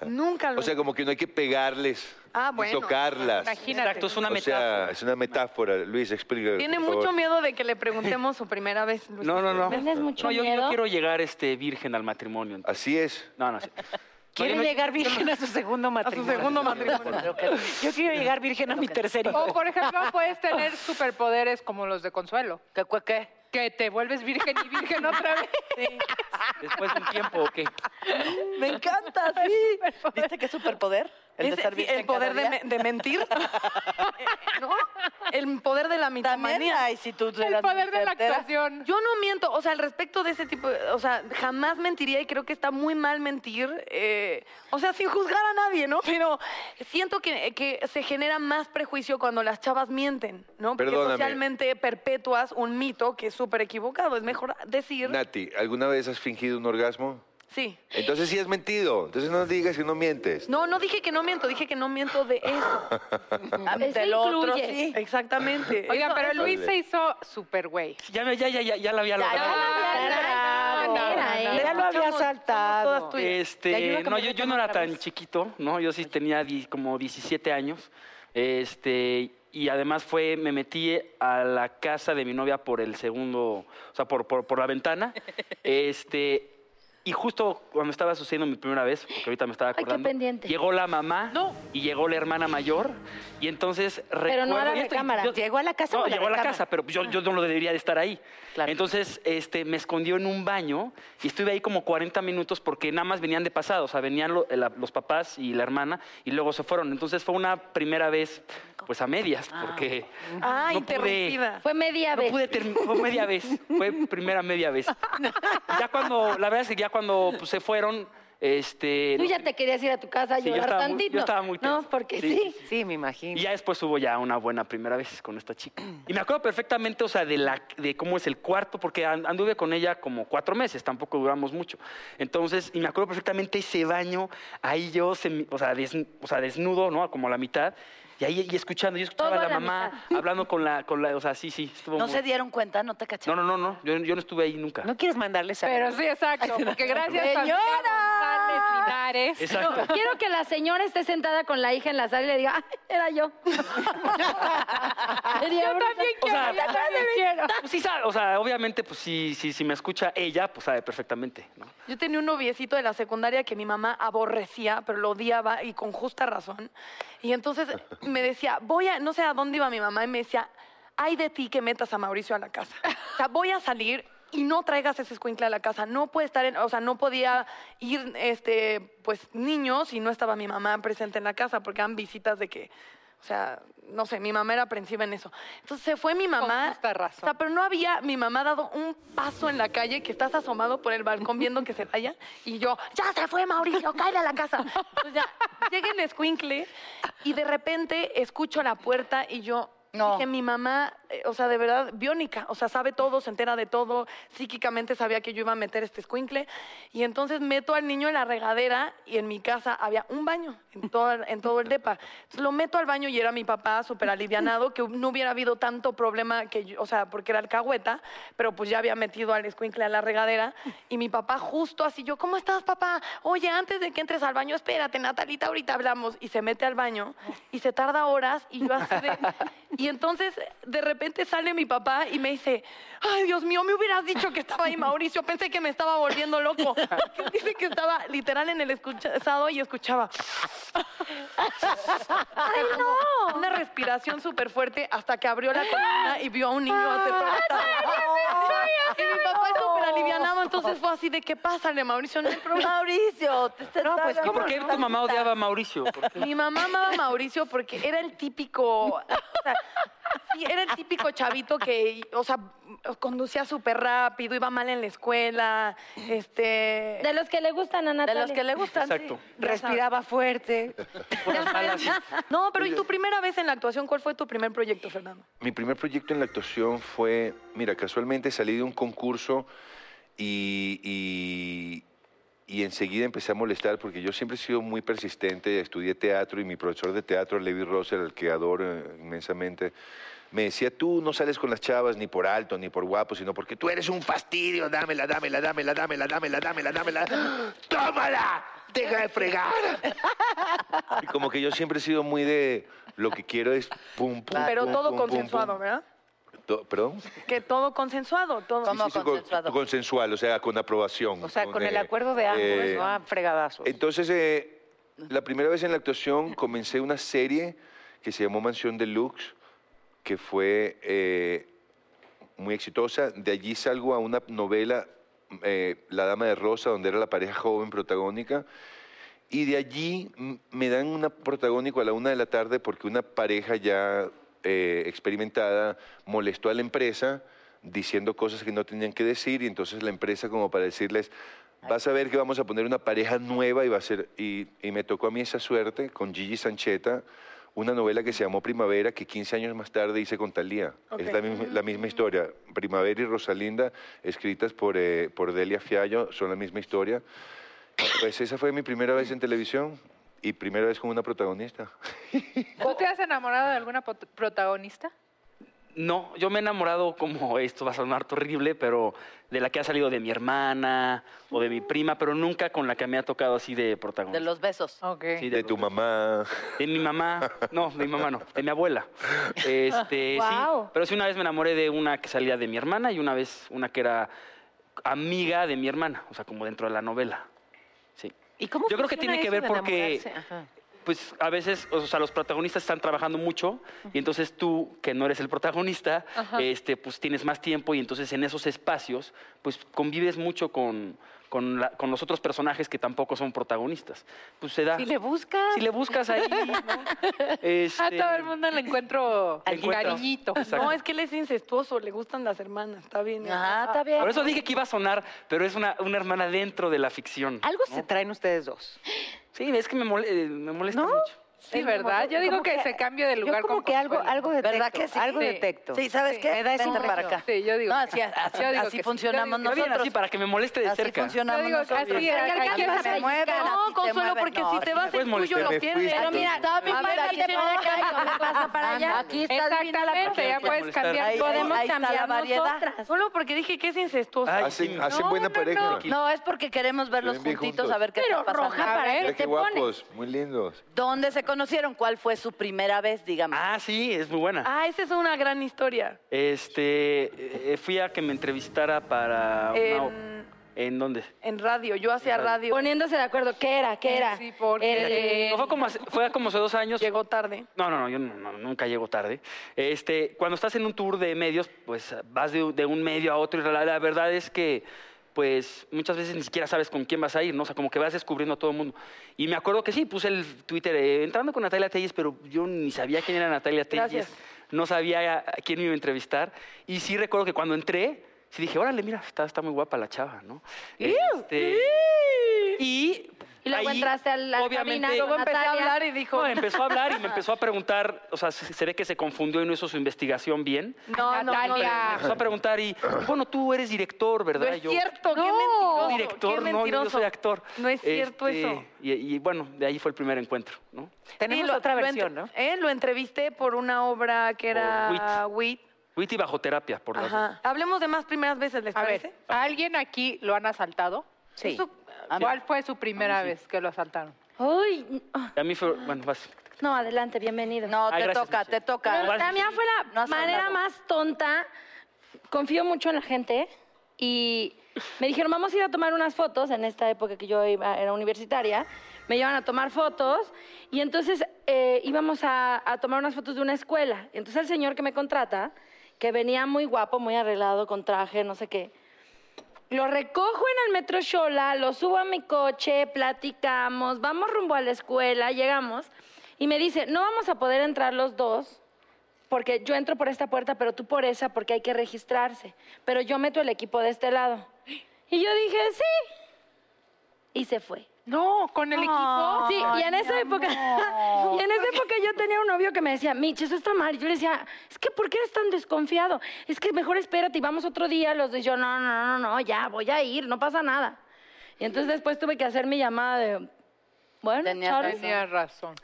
Speaker 4: Nunca lo
Speaker 9: [laughs] o sea, como que no hay que pegarles,
Speaker 4: Ah,
Speaker 9: ni
Speaker 4: bueno.
Speaker 9: tocarlas.
Speaker 4: Imagínate. Exacto, es una
Speaker 9: O sea, es una metáfora. Luis, explica.
Speaker 4: Tiene
Speaker 9: por favor.
Speaker 4: mucho miedo de que le preguntemos su primera vez. Luis.
Speaker 8: No, no, no.
Speaker 4: ¿Tienes mucho
Speaker 8: no, yo, yo
Speaker 4: miedo?
Speaker 8: quiero llegar este, virgen al matrimonio.
Speaker 9: Así es.
Speaker 8: No, no. sí.
Speaker 6: Quiere
Speaker 8: Oye,
Speaker 6: llegar virgen a su segundo matrimonio.
Speaker 8: segundo matrimonio.
Speaker 6: Yo quiero llegar virgen a mi tercer hijo.
Speaker 7: O, por ejemplo, puedes tener superpoderes como los de Consuelo.
Speaker 6: ¿Qué, qué?
Speaker 7: Que te vuelves virgen y virgen otra vez.
Speaker 8: Después de un tiempo, ¿o qué?
Speaker 3: Me encanta, sí. ¿Viste qué superpoder? El de
Speaker 4: Ese-
Speaker 3: ser
Speaker 4: sí,
Speaker 3: virgen
Speaker 4: el poder
Speaker 3: cada
Speaker 4: de,
Speaker 3: día.
Speaker 4: me- de mentir.
Speaker 3: [laughs]
Speaker 4: Eh, ¿No? El poder de la
Speaker 3: También
Speaker 4: mitomanía.
Speaker 3: hay, si tú
Speaker 4: el
Speaker 3: eras
Speaker 4: poder
Speaker 3: muy
Speaker 4: de la
Speaker 3: certera.
Speaker 4: actuación. Yo no miento, o sea, al respecto de ese tipo, de- o sea, jamás mentiría y creo que está muy mal mentir, eh, o sea, sin juzgar a nadie, ¿no? Pero siento que, que se genera más prejuicio cuando las chavas mienten, ¿no? Porque
Speaker 9: Perdóname.
Speaker 4: socialmente perpetúas un mito que es súper equivocado, es mejor decir,
Speaker 9: Nati, ¿alguna vez has fingido un orgasmo?
Speaker 4: sí.
Speaker 9: Entonces sí has mentido. Entonces no digas que no mientes.
Speaker 4: No, no dije que no miento, dije que no miento de eso.
Speaker 3: Ante lo otro, sí.
Speaker 4: Exactamente.
Speaker 7: Oigan,
Speaker 4: Eso-
Speaker 7: pero
Speaker 4: eso-
Speaker 7: Luis se hizo super güey.
Speaker 8: Ya, me- ya, ya, ya, ya la había
Speaker 7: Ya,
Speaker 8: logrado.
Speaker 6: Ya lo había saltado. Te ayuda
Speaker 8: Este,
Speaker 6: con
Speaker 8: no,
Speaker 6: mi
Speaker 8: yo, yo
Speaker 6: reto
Speaker 8: no era
Speaker 6: otra
Speaker 8: tan
Speaker 6: vez.
Speaker 8: chiquito, ¿no? Yo sí tenía di- como 17 años. Este, y además fue, me metí a la casa de mi novia por el segundo, o sea, por, por, por la
Speaker 6: [laughs]
Speaker 8: ventana. Este, y justo cuando estaba sucediendo mi primera vez, porque ahorita me estaba
Speaker 5: qué
Speaker 8: acordando,
Speaker 5: pendiente.
Speaker 8: llegó la mamá y llegó la hermana mayor. Y entonces
Speaker 6: Pero no a la
Speaker 8: recuerdo- y esto-
Speaker 6: recámara.
Speaker 8: yo-
Speaker 6: Llegó a la casa.
Speaker 8: no,
Speaker 6: o
Speaker 8: llegó a la
Speaker 6: recámara?
Speaker 8: casa, pero yo, yo no lo debería de estar ahí. Entonces, este, me escondió en un baño y estuve ahí como 40 minutos porque nada más venían de pasado, o sea, venían lo- la- los papás y la hermana y luego se fueron. Entonces fue una primera vez, pues a medias, porque
Speaker 4: Ah,
Speaker 8: no pude,
Speaker 4: interrumpida.
Speaker 5: Fue media
Speaker 8: no
Speaker 5: vez.
Speaker 8: pude term- fue media vez, fue primera
Speaker 4: [laughs]
Speaker 8: media vez. Ya cuando, la verdad es que ya cuando pues, se fueron, este,
Speaker 5: Tú ya te querías ir a tu casa a
Speaker 8: Sí, yo
Speaker 5: llorar
Speaker 8: estaba muy- yo
Speaker 5: tantito.
Speaker 8: estaba muy
Speaker 5: No,
Speaker 8: tenso.
Speaker 5: porque
Speaker 8: Sí,
Speaker 5: sí.
Speaker 6: Sí, me imagino.
Speaker 8: Y ya después hubo ya una buena primera vez con esta chica. [clears throat] Y me acuerdo perfectamente, o sea, de, la, de cómo es el cuarto, porque an- anduve con ella como cuatro meses, tampoco duramos mucho. Entonces, y me acuerdo perfectamente ese baño, ahí yo, semi- o, sea, des- o sea, desnudo, ¿no? Como a la mitad. Y ahí y escuchando, yo escuchaba
Speaker 5: Todo
Speaker 8: a
Speaker 5: a
Speaker 8: la
Speaker 5: la
Speaker 8: mamá
Speaker 7: [laughs]
Speaker 8: hablando con la, con la, o sea, sí, sí. Estuvo
Speaker 3: No
Speaker 8: muy-
Speaker 3: se dieron cuenta, no te
Speaker 8: no,
Speaker 3: cacharon.
Speaker 8: no, no, no, yo, yo no estuve ahí nunca.
Speaker 6: ¿No quieres mandarles a
Speaker 7: Pero sí, exacto. Porque gracias a Andrea
Speaker 3: ¡Señora!
Speaker 7: González Linares. [laughs]
Speaker 8: Exacto.
Speaker 5: Quiero que la señora esté sentada con la hija en la sala y le diga, "Ah, era yo. Sería
Speaker 7: Yo
Speaker 5: brutal.
Speaker 7: también
Speaker 8: O
Speaker 7: quiero,
Speaker 8: sea, [laughs]
Speaker 7: yo también quiero.
Speaker 8: Pues sí, sabe, o sea, obviamente, pues si, si, si me escucha ella, pues sabe perfectamente, ¿no?
Speaker 4: Yo tenía un noviecito de la secundaria que mi mamá aborrecía, pero lo odiaba y con justa razón. Y entonces me decía, voy a, no sé a dónde iba mi mamá, y me decía, ay de ti que metas a Mauricio a la casa. O sea, voy a salir y no traigas ese escuincle a la casa. No puede estar en, o sea, no podía ir, este, pues, niños y no estaba mi mamá presente en la casa porque eran visitas de que, o sea, no sé, mi mamá era aprensiva en eso. Entonces se fue mi mamá.
Speaker 7: justa razón.
Speaker 4: O sea, pero no había mi mamá dado un paso en la calle que estás asomado por el balcón viendo que se vaya y yo, ya se fue Mauricio, cállate a la casa. Entonces ya llega el escuincle y de repente escucho la puerta y yo
Speaker 3: No.
Speaker 4: dije, mi mamá, eh, o sea, de verdad, biónica, o sea, sabe todo, se entera de todo, psíquicamente sabía que yo iba a meter este escuincle y entonces meto al niño en la regadera y en mi casa había un baño en todo, en todo el depa. Entonces, lo meto al baño y era mi papá súper alivianado, que no hubiera habido tanto problema, que yo- o sea, porque era alcahueta, pero pues ya había metido al escuincle a la regadera. Y mi papá justo así, yo, ¿cómo estás, papá? Oye, antes de que entres al baño, espérate, Natalita, ahorita hablamos. Y se mete al baño y se tarda horas y yo así de... Y entonces, de repente sale mi papá y me dice, ay, Dios mío, me hubieras dicho que estaba ahí Mauricio, pensé que me estaba volviendo loco. Dice que estaba literal en el escuchado y escuchaba... Ay, no. Una respiración súper fuerte hasta que abrió la columna y vio a un niño aterrorizado. Y mi papá es súper alivianado, entonces fue así de, ¿qué pasa, Mauricio? No hay problema.
Speaker 3: Mauricio, te estás
Speaker 6: No, pues,
Speaker 8: ¿Y por qué tu mamá odiaba
Speaker 4: [laughs]
Speaker 8: a Mauricio? ¿Por qué?
Speaker 4: Mi mamá amaba a Mauricio porque era el típico. o sea, sí, era el típico chavito que, o sea, conducía súper rápido, Ah, iba mal en la escuela. Este.
Speaker 5: De los que le gustan a
Speaker 3: De
Speaker 5: Natalia.
Speaker 3: los que le gustan. sí.
Speaker 8: Exacto. [laughs]
Speaker 6: Respiraba fuerte.
Speaker 8: Cosas malas.
Speaker 4: No, pero ¿y tu primera vez en la actuación? ¿Cuál fue tu primer proyecto, Fernando?
Speaker 9: Mi primer proyecto en la actuación fue, mira, casualmente salí de un concurso y, y- y y enseguida empecé a molestar porque yo siempre he sido muy persistente, estudié teatro y mi profesor de teatro, Levi Rosser, al que adoro eh, inmensamente, me decía, tú no sales con las chavas ni por alto, ni por guapo, sino porque tú eres un fastidio, dámela, dámela, dámela, dámela, dámela, dámela, dámela, tómala, deja de fregar. Y como que yo siempre he sido muy de, lo que quiero es pum, pum,
Speaker 4: Pero
Speaker 9: pum,
Speaker 4: todo
Speaker 9: pum, pum, pum.
Speaker 4: consensuado, ¿verdad?
Speaker 9: To- ¿Perdón?
Speaker 4: Que todo consensuado. Todo.
Speaker 9: Sí, sí, sí, con- consensual, o sea, con aprobación.
Speaker 6: O sea, con el
Speaker 9: eh,
Speaker 6: acuerdo de ambos,
Speaker 9: eh,
Speaker 6: ¿no? Ah, fregadazos.
Speaker 9: Entonces, eh, la primera vez en la actuación comencé una serie que se llamó Mansión Deluxe, que fue eh, muy exitosa. De allí salgo a una novela, eh, La Dama de Rosa, donde era la pareja joven protagónica. Y de allí mm, me dan una protagónico a la una de la tarde porque una pareja ya eh, experimentada molestó a la empresa diciendo cosas que no tenían que decir y entonces la empresa como para decirles, vas a ver que vamos a poner una pareja nueva y va a ser, y, y me tocó a mí esa suerte con Gigi Sancheta, una novela que se llamó Primavera, que 15 años más tarde hice con Talía. Es la
Speaker 10: Ok.
Speaker 9: misma, la misma historia. Primavera y Rosalinda, escritas por, eh, por Delia Fiallo, son la misma historia. Pues esa fue mi primera vez en televisión y primera vez con una protagonista.
Speaker 7: ¿Tú te has enamorado de alguna pot- protagonista?
Speaker 8: No, yo me he enamorado como esto va a sonar horrible, pero de la que ha salido de mi hermana o de mi prima, pero nunca con la que me ha tocado así de protagonista.
Speaker 11: De los besos.
Speaker 7: Ok.
Speaker 8: Sí,
Speaker 9: de tu mamá.
Speaker 8: De mi mamá. No, de mi mamá no. De mi abuela.
Speaker 7: [laughs]
Speaker 8: Este, sí.
Speaker 11: Guau.
Speaker 8: Pero sí, una vez me enamoré de una que salía de mi hermana y una vez una que era amiga de mi hermana, o sea, como dentro de la novela. Sí.
Speaker 6: ¿Y cómo
Speaker 8: Yo creo que
Speaker 6: funciona
Speaker 8: tiene que ver
Speaker 6: eso de
Speaker 8: porque,
Speaker 6: enamorarse? Ajá.
Speaker 8: pues a veces, o sea, los protagonistas están trabajando mucho y entonces tú, que no eres el protagonista,
Speaker 7: Ajá.
Speaker 8: este, pues tienes más tiempo y entonces en esos espacios, pues convives mucho con, con, la- con los otros personajes que tampoco son protagonistas. Pues se da.
Speaker 6: Si le buscas.
Speaker 8: Si le buscas ahí,
Speaker 7: A
Speaker 8: Este,
Speaker 7: todo el mundo
Speaker 8: [laughs]
Speaker 7: le encuentro
Speaker 8: Encuentras.
Speaker 7: cariñito.
Speaker 8: Exacto.
Speaker 4: No, es que él es incestuoso, le gustan las hermanas, está bien.
Speaker 6: Ah, está bien.
Speaker 8: Por eso dije que iba a sonar, pero es una, una hermana dentro de la ficción.
Speaker 6: Algo se traen ustedes dos.
Speaker 8: Sí, es que me, mole- eh, me molesta mucho.
Speaker 7: Sí, ¿verdad? Yo digo que, se cambie de lugar.
Speaker 6: Yo como
Speaker 7: con
Speaker 6: que algo,
Speaker 7: Consuelo.
Speaker 6: algo detecto.
Speaker 11: ¿Verdad que sí?
Speaker 6: Algo
Speaker 7: Sí.
Speaker 6: detecto.
Speaker 11: Sí, ¿sabes qué?
Speaker 6: Me da esa
Speaker 11: Vente para
Speaker 6: impresión.
Speaker 11: acá.
Speaker 7: Sí, yo digo.
Speaker 11: No, así, así-
Speaker 7: Yo digo
Speaker 11: así
Speaker 7: que sí.
Speaker 11: funcionamos
Speaker 8: Está bien,
Speaker 11: nosotros.
Speaker 8: así para que me moleste Este de
Speaker 11: Así
Speaker 8: cerca.
Speaker 11: funcionamos
Speaker 7: Yo digo que
Speaker 11: nosotros.
Speaker 7: así, acá el que
Speaker 11: Ay,
Speaker 7: quiere
Speaker 11: se
Speaker 7: hacer-
Speaker 11: mueven, así
Speaker 4: No,
Speaker 11: te
Speaker 4: Consuelo,
Speaker 11: mueven.
Speaker 4: porque
Speaker 11: No,
Speaker 4: si te
Speaker 11: sí,
Speaker 4: vas
Speaker 8: puedes
Speaker 4: el tuyo,
Speaker 8: molestar.
Speaker 4: lo
Speaker 8: Me
Speaker 4: pierdes.
Speaker 8: fuiste,
Speaker 11: Pero mira,
Speaker 4: Tommy,
Speaker 11: Tommy,
Speaker 4: a ver,
Speaker 11: para
Speaker 4: aquí
Speaker 11: que te
Speaker 4: tenemos-
Speaker 11: para acá y no me pasa para allá. Aquí está el vino
Speaker 7: Exactamente,
Speaker 11: perfecto.
Speaker 7: ya
Speaker 5: pues,
Speaker 7: puedes
Speaker 8: molestar.
Speaker 7: cambiar.
Speaker 11: Ahí-
Speaker 7: Podemos
Speaker 11: ahí está la
Speaker 7: cambiar
Speaker 11: variedad.
Speaker 7: nosotras.
Speaker 4: Solo porque dije que es incestuoso.
Speaker 8: Ay,
Speaker 9: hacen
Speaker 8: sí.
Speaker 9: hacen buena pareja.
Speaker 11: No, es porque queremos verlos
Speaker 9: Ven bien
Speaker 11: juntitos
Speaker 9: juntos.
Speaker 11: a ver qué
Speaker 7: Pero
Speaker 11: está pasando.
Speaker 7: roja para él.
Speaker 9: Mira qué
Speaker 7: te pones?
Speaker 11: pues?
Speaker 9: guapos, muy lindos.
Speaker 11: ¿Dónde se conocieron? ¿Cuál fue su primera vez, dígame?
Speaker 8: Ah, sí, es muy buena.
Speaker 4: Ah, esa es una gran historia.
Speaker 8: Este, eh, fui a que me entrevistara para... una-
Speaker 11: Eh,
Speaker 4: En,
Speaker 8: ¿En dónde?
Speaker 4: en radio, yo hacía radio.
Speaker 5: Poniéndose de acuerdo, ¿qué era? ¿Qué era?
Speaker 7: Sí, porque-
Speaker 5: Eh,
Speaker 8: No, fue, como hace, fue como hace dos años.
Speaker 4: Llegó tarde.
Speaker 8: No, no, no, yo no- no, nunca llego tarde. Este, cuando estás en un tour de medios, pues vas de, de un medio a otro y la, la verdad es que pues muchas veces ni siquiera sabes con quién vas a ir, ¿no? O sea, como que vas descubriendo a todo el mundo. Y me acuerdo que sí, puse el Twitter, eh, entrando con Natalia Telles, pero yo ni sabía quién era Natalia Telles,
Speaker 4: Gracias.
Speaker 8: no sabía a quién me iba a entrevistar. Y sí recuerdo que cuando entré, sí dije, órale, mira, está, está muy guapa la chava, ¿no? Este, y...
Speaker 5: Y luego entraste a la
Speaker 8: obviamente,
Speaker 5: cabina,
Speaker 4: Luego empecé a
Speaker 5: Natalia.
Speaker 4: hablar y dijo...
Speaker 8: no, empezó a hablar y me empezó a preguntar, o sea, se se ve que se confundió y no hizo su investigación bien.
Speaker 4: [laughs] No, no, no.
Speaker 7: Natalia.
Speaker 8: Me empezó a preguntar y, bueno, tú eres director,
Speaker 4: No
Speaker 8: ¿verdad?
Speaker 4: es
Speaker 8: Yo,
Speaker 4: cierto, qué
Speaker 7: No.
Speaker 4: mentiroso.
Speaker 8: director,
Speaker 4: qué
Speaker 8: no, yo
Speaker 4: mentiroso.
Speaker 8: soy actor.
Speaker 4: No es cierto
Speaker 8: Este,
Speaker 4: eso.
Speaker 8: Y, y, bueno, de ahí fue el primer encuentro, ¿no?
Speaker 6: Tenemos
Speaker 4: Sí, lo-
Speaker 6: otra
Speaker 4: lo
Speaker 6: versión,
Speaker 4: entre-
Speaker 6: ¿no?
Speaker 4: eh, lo entrevisté por una obra que
Speaker 8: Oh,
Speaker 7: Oh,
Speaker 4: era WIT.
Speaker 8: Witty bajo terapia, por las dos.
Speaker 4: Ajá. Hablemos de más primeras veces, ¿les
Speaker 7: A
Speaker 4: parece?
Speaker 7: ver, ¿a ¿alguien aquí lo han asaltado?
Speaker 6: Sí.
Speaker 7: Eso-
Speaker 4: Ah,
Speaker 7: ¿Cuál fue su primera vez que lo asaltaron?
Speaker 5: Uy,
Speaker 8: Y A mí fue, bueno, vas.
Speaker 5: no, adelante, bienvenido.
Speaker 11: No, te
Speaker 8: Ay, gracias,
Speaker 11: toca,
Speaker 8: Michelle.
Speaker 11: te toca.
Speaker 5: Pero la mía fue la
Speaker 11: No has
Speaker 5: manera
Speaker 11: hablado.
Speaker 5: más tonta. Confío mucho en la gente y me dijeron, vamos a ir a tomar unas fotos. En esta época que yo iba- era universitaria, me llevan a tomar fotos y entonces eh, íbamos a, a tomar unas fotos de una escuela. Entonces el señor que me contrata, que venía muy guapo, muy arreglado, con traje, no sé qué, lo recojo en el metro Shola, lo subo a mi coche, platicamos, vamos rumbo a la escuela, llegamos y me dice, no vamos a poder entrar los dos porque yo entro por esta puerta, pero tú por esa porque hay que registrarse. Pero yo meto el equipo de este lado. Y yo dije, sí. Y se fue.
Speaker 7: No, con el equipo.
Speaker 5: Sí, y en esa época, [laughs] y en esa época yo tenía un novio que me decía, Mitch, eso está mal. Y yo le decía, es que ¿por qué eres tan desconfiado? Es que mejor espérate y vamos otro día los dos. Y yo, no, no, no, no, ya voy a ir, no pasa nada. Y entonces después tuve que hacer mi llamada de, bueno, Charles,
Speaker 7: Tenía razón.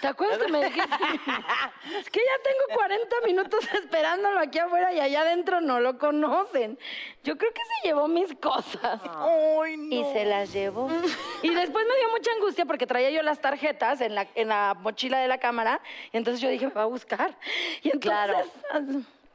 Speaker 5: ¿Te acuerdas que me
Speaker 11: [laughs]
Speaker 5: dijiste? es que ya tengo 40 minutos [laughs] esperándolo aquí afuera y allá adentro no lo conocen. Yo creo que se llevó mis cosas. Y se las llevó. y después me dio mucha angustia porque traía yo las tarjetas en la, en la mochila de la cámara. Y entonces yo dije, me va a buscar. Y entonces,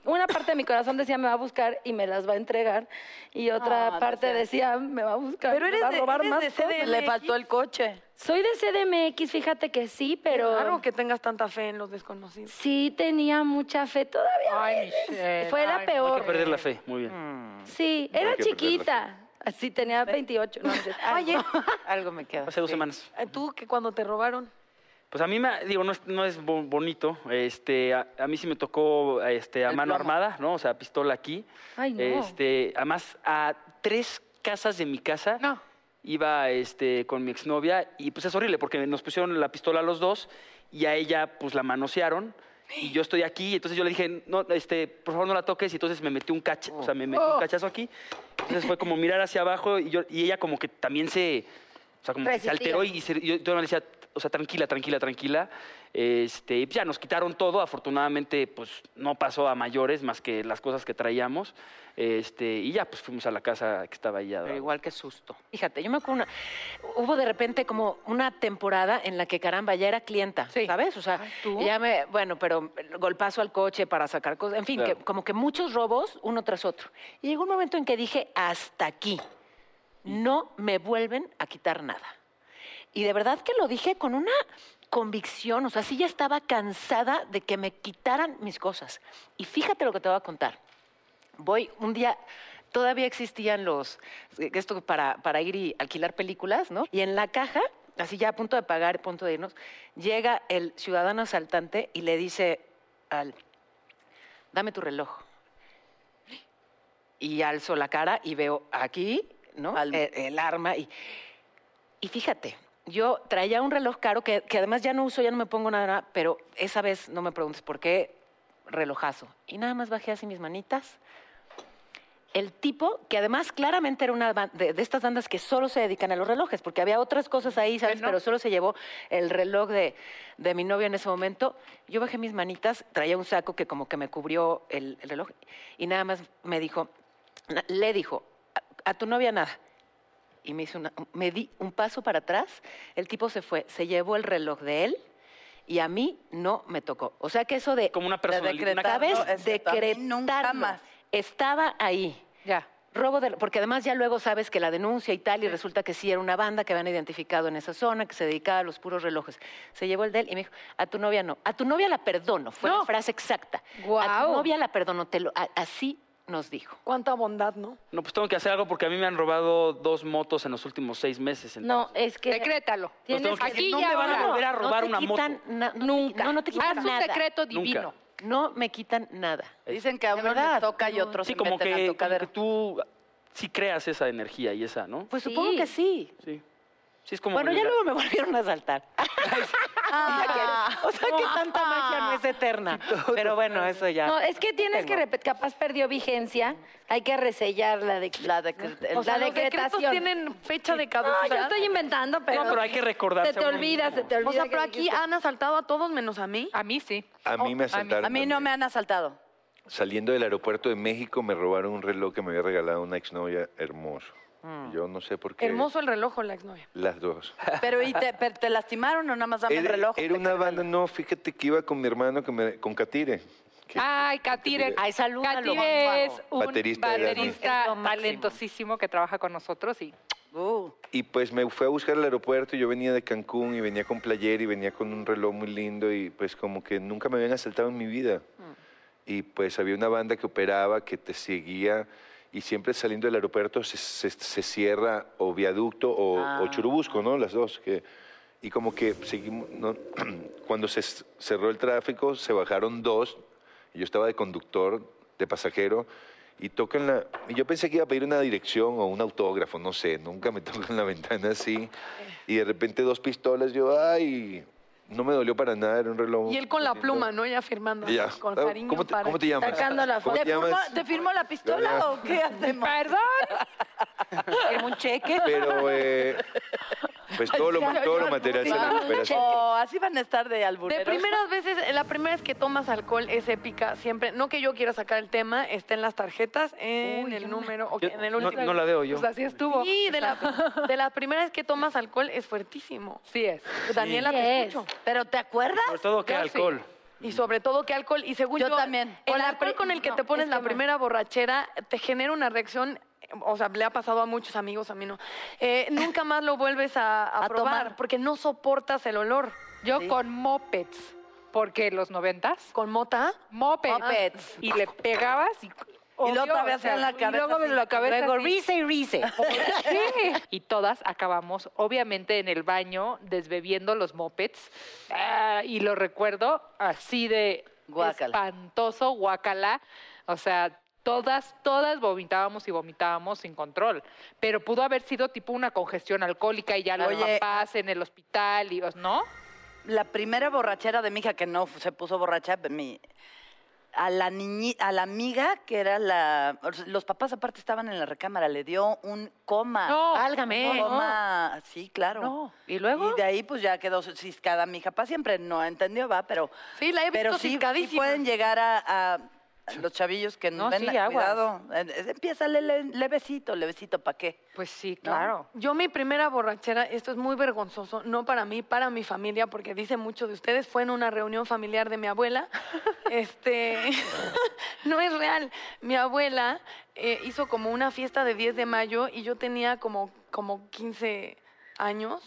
Speaker 5: una parte de mi corazón decía, me va a buscar y me las va a entregar. Y otra
Speaker 11: Ah,
Speaker 5: parte
Speaker 11: decía.
Speaker 5: decía, me va a buscar.
Speaker 11: Pero
Speaker 5: me
Speaker 11: eres
Speaker 5: va a
Speaker 11: de-
Speaker 5: robar
Speaker 11: eres
Speaker 5: más
Speaker 11: de
Speaker 5: cosas".
Speaker 11: CDMX. Le faltó el
Speaker 5: coche. Soy de CDMX, fíjate que sí, pero...
Speaker 4: Claro que tengas tanta fe en los desconocidos.
Speaker 5: Sí, tenía mucha fe todavía. Fue la peor.
Speaker 8: Hay que perder la fe, muy bien.
Speaker 3: Mm,
Speaker 5: Sí,
Speaker 8: Ah, Hay
Speaker 5: era
Speaker 8: que perder la
Speaker 5: chiquita. Así tenía 28. No,
Speaker 4: [laughs]
Speaker 5: Oye,
Speaker 6: Algo me
Speaker 2: Mm.
Speaker 6: queda.
Speaker 8: Hace dos semanas.
Speaker 4: Eh, Tú que cuando te robaron.
Speaker 8: Pues a mí, me, digo, no es, no es bo- bonito. Este, a, a mí sí me tocó este, a
Speaker 4: El
Speaker 8: mano
Speaker 4: plomo.
Speaker 8: armada, ¿no? O sea, pistola aquí.
Speaker 4: Ay, no.
Speaker 8: Este, además, a tres casas de mi casa iba este, con mi exnovia y pues es horrible porque nos pusieron la pistola a los dos y a ella pues la manosearon. Y yo estoy aquí, y entonces yo le dije, no, este, por favor no la toques, y entonces me metí un cachazo, o sea, me metí
Speaker 10: Oh.
Speaker 8: un cachazo aquí. Entonces fue como mirar hacia abajo, y, yo, y ella como que también se, o sea, como que se
Speaker 10: Resistía.
Speaker 8: alteró y se- yo todavía le decía, o sea, tranquila, tranquila, tranquila. Este, y pues ya nos quitaron todo, afortunadamente, pues no pasó a mayores más que las cosas que traíamos. Este, y ya pues fuimos a la casa que estaba allá.
Speaker 6: Pero igual que susto. Fíjate, yo me acuerdo, una- hubo de repente como una temporada en la que caramba, ya era clienta, ¿sabes? O sea, ya me, bueno, pero golpazo al coche para sacar cosas, en fin,
Speaker 8: Claro.
Speaker 6: que- como que muchos robos uno tras otro. Y llegó un momento en que dije, hasta aquí, no me vuelven a quitar nada. Y de verdad que lo dije con una convicción, o sea, sí ya estaba cansada de que me quitaran mis cosas. Y fíjate lo que te voy a contar. Voy un día, todavía existían los, esto para, para ir y alquilar películas, ¿no? Y en la caja, así ya a punto de pagar, a punto de irnos, llega el ciudadano asaltante y le dice al, dame tu reloj. Y alzo la cara y veo aquí, ¿no? El, el arma y... Y fíjate, yo traía un reloj caro que, que además ya no uso, ya no me pongo nada, pero esa vez no me preguntes por qué relojazo. Y nada más bajé así mis manitas. El tipo, que además claramente era una ban- de, de estas bandas que solo se dedican a los relojes, porque había otras cosas ahí, ¿sabes? Pero solo se llevó el reloj de, de mi novio en ese momento. Yo bajé mis manitas, traía un saco que como que me cubrió el, el reloj y nada más me dijo, na- le dijo, a- a tu novia nada y me hizo una- me di un paso para atrás. El tipo se fue, se llevó el reloj de él y a mí no me tocó. O sea que eso de
Speaker 8: como una personalidad, una-
Speaker 6: ¿sabes? Decretarlo. Estaba ahí.
Speaker 7: Ya.
Speaker 6: Robo de, porque además ya luego sabes que la denuncia y tal, y resulta que sí era una banda que habían identificado en esa zona, que se dedicaba a los puros relojes. Se llevó el de él y me dijo, a tu novia no, a tu novia la perdono, fue la frase exacta. A tu novia la perdono, te lo- a- así nos dijo.
Speaker 4: Cuánta bondad, ¿no?
Speaker 8: No, pues tengo que hacer algo porque a mí me han robado dos motos en los últimos seis meses.
Speaker 5: No,
Speaker 8: entonces-
Speaker 5: es que...
Speaker 7: Decrétalo.
Speaker 8: Tienes tengo que decir, no me van a volver a robar una moto. Ah,
Speaker 6: Nunca. No, no te quitan
Speaker 7: Haz un
Speaker 6: nada.
Speaker 7: decreto divino.
Speaker 8: Nunca.
Speaker 6: No me quitan nada.
Speaker 11: Dicen que a unos les toca y otros
Speaker 8: Sí,
Speaker 11: se
Speaker 8: como
Speaker 11: meten
Speaker 8: que,
Speaker 11: a
Speaker 8: como
Speaker 11: tocadera.
Speaker 8: que tú sí creas esa energía y esa, ¿no?
Speaker 6: Pues supongo que sí.
Speaker 8: Sí. Sí, es como...
Speaker 6: bueno, ya
Speaker 8: liberar.
Speaker 6: luego me volvieron a saltar. [laughs] o sea que tanta magia no
Speaker 8: [laughs]
Speaker 6: es eterna. Pero bueno, eso ya.
Speaker 5: No, es
Speaker 8: Ah,
Speaker 5: que tienes que
Speaker 6: Tengo.
Speaker 5: repetir, capaz perdió vigencia, hay que resellar la, de, la,
Speaker 4: O sea, los decretos
Speaker 5: decretación.
Speaker 4: tienen fecha de caducidad.
Speaker 5: No, yo estoy inventando, pero...
Speaker 8: No, pero hay que recordarse
Speaker 5: Se te
Speaker 8: a uno
Speaker 5: olvida, se te olvida.
Speaker 4: O sea,
Speaker 5: que
Speaker 4: pero aquí
Speaker 5: dijiste-
Speaker 4: han asaltado a todos menos a mí.
Speaker 7: A mí sí.
Speaker 9: A mí me asaltaron.
Speaker 11: no me han asaltado.
Speaker 9: Saliendo del aeropuerto de México me robaron un reloj que me había regalado una exnovia hermoso. Yo no sé por qué.
Speaker 4: Mm. Hermoso el reloj o la exnovia.
Speaker 9: Las dos.
Speaker 11: [laughs] Pero, ¿y te, pero te lastimaron o nada más dame el
Speaker 9: Era-
Speaker 11: reloj?
Speaker 9: Era una banda, no, fíjate que iba con mi hermano, que me- con Katire.
Speaker 4: Ah.
Speaker 7: Ay, Katire.
Speaker 6: Ay, salúdalo.
Speaker 7: Katire es un
Speaker 9: Baterista
Speaker 7: baterista,
Speaker 9: de Dani.
Speaker 6: Es lo máximo.
Speaker 7: talentosísimo que trabaja con nosotros y
Speaker 9: Y pues me fue a buscar al aeropuerto, yo venía de Cancún y venía con player y venía con un reloj muy lindo y pues como que nunca me habían asaltado en mi vida. Y pues había una banda que operaba, que te seguía y siempre saliendo del aeropuerto se, se- se cierra o viaducto o,
Speaker 4: Ah.
Speaker 9: o churubusco, ¿no? Las dos. Que, y como que seguimos, ¿no? [clears throat] cuando se s- cerró el tráfico se bajaron dos, y yo estaba de conductor, de pasajero. Y tocan la. y Yo pensé que iba a pedir una dirección o un autógrafo, no sé. Nunca me [laughs] tocan la ventana así. Y de repente dos pistolas, yo, ay, no me dolió para nada, era un reloj.
Speaker 4: Y él con la pluma, ¿no? Ya firmando.
Speaker 9: Ya.
Speaker 4: Con
Speaker 9: Ah,
Speaker 4: cariño.
Speaker 9: ¿cómo te-
Speaker 4: para-
Speaker 9: cómo te llamas? Sacando la ¿Cómo foto.
Speaker 11: ¿Te,
Speaker 9: te
Speaker 11: firmo,
Speaker 9: llamas? [laughs]
Speaker 11: te firmo la pistola
Speaker 9: Ya.
Speaker 11: o qué hacemos?
Speaker 7: Perdón.
Speaker 6: como un cheque.
Speaker 4: [laughs]
Speaker 9: Pero, eh, pues todo lo, todo lo material se recupera.
Speaker 3: Oh, así van a estar de
Speaker 4: De
Speaker 3: albureros.
Speaker 4: primeras veces, eh, la primera vez que tomas alcohol es épica, siempre. No que yo quiera sacar el tema, está en las tarjetas, en el número, o
Speaker 8: Yo-
Speaker 4: en el
Speaker 8: no-
Speaker 4: último.
Speaker 8: no la veo yo. Pues
Speaker 4: así estuvo. Sí, de la, [laughs] de la primera vez que tomas alcohol es fuertísimo.
Speaker 7: [laughs] Sí es.
Speaker 4: Daniela,
Speaker 7: Sí
Speaker 4: te
Speaker 7: es.
Speaker 4: escucho. ¿Pero te acuerdas?
Speaker 8: Sobre todo que
Speaker 4: Yo sí.
Speaker 8: alcohol.
Speaker 4: Y sobre todo que alcohol, y según yo, también. el alcohol con el que te pones la primera borrachera te genera una reacción, eh, o sea, le ha pasado a muchos amigos, a mí no. Eh, nunca más lo vuelves a, a probar porque no soportas el olor.
Speaker 7: Yo con mopeds, porque los noventas.
Speaker 4: ¿Con mota?
Speaker 7: Mopeds.
Speaker 4: Mopeds.
Speaker 7: Y le pegabas y...
Speaker 3: Y luego
Speaker 7: Obvio,
Speaker 3: todavía
Speaker 7: o sea,
Speaker 3: hacían la
Speaker 7: Y
Speaker 3: cabeza
Speaker 7: luego me
Speaker 3: así.
Speaker 7: la cabeza
Speaker 6: Luego,
Speaker 7: así.
Speaker 6: rice y rice.
Speaker 7: Sí. [laughs] Y todas acabamos, obviamente, en el baño, desbebiendo los mopeds. Ah, y lo recuerdo así de
Speaker 11: Guácala.
Speaker 7: espantoso, guacala. O sea, todas, todas vomitábamos y vomitábamos sin control. Pero pudo haber sido tipo una congestión alcohólica y ya los
Speaker 3: Oye.
Speaker 7: papás en el hospital, y, ¿no?
Speaker 3: [laughs] La primera borrachera de mi hija que no se puso borracha, mi, a la niñi- a la amiga que era la, los papás aparte estaban en la recámara, le dio un coma.
Speaker 6: No, válgame,
Speaker 3: Un coma, sí, claro.
Speaker 6: No, ¿y luego?
Speaker 3: Y de ahí pues ya quedó ciscada mi hija, para siempre no entendió va, pero
Speaker 4: Sí, la he
Speaker 3: pero
Speaker 4: visto
Speaker 3: sí, sí
Speaker 4: ciscadísima.
Speaker 3: pueden llegar a, a los chavillos que
Speaker 6: No,
Speaker 3: ven,
Speaker 6: sí, aguas.
Speaker 3: cuidado, eh, empieza le- le- levecito, levecito, ¿para qué?
Speaker 7: Pues sí,
Speaker 3: claro.
Speaker 4: Yo mi primera borrachera, esto es muy vergonzoso, no para mí, para mi familia, porque dice mucho de ustedes, fue en una reunión familiar de mi abuela. [laughs] Este, [laughs] no es real. Mi abuela eh, hizo como una fiesta de 10 de mayo y yo tenía como, como 15 años.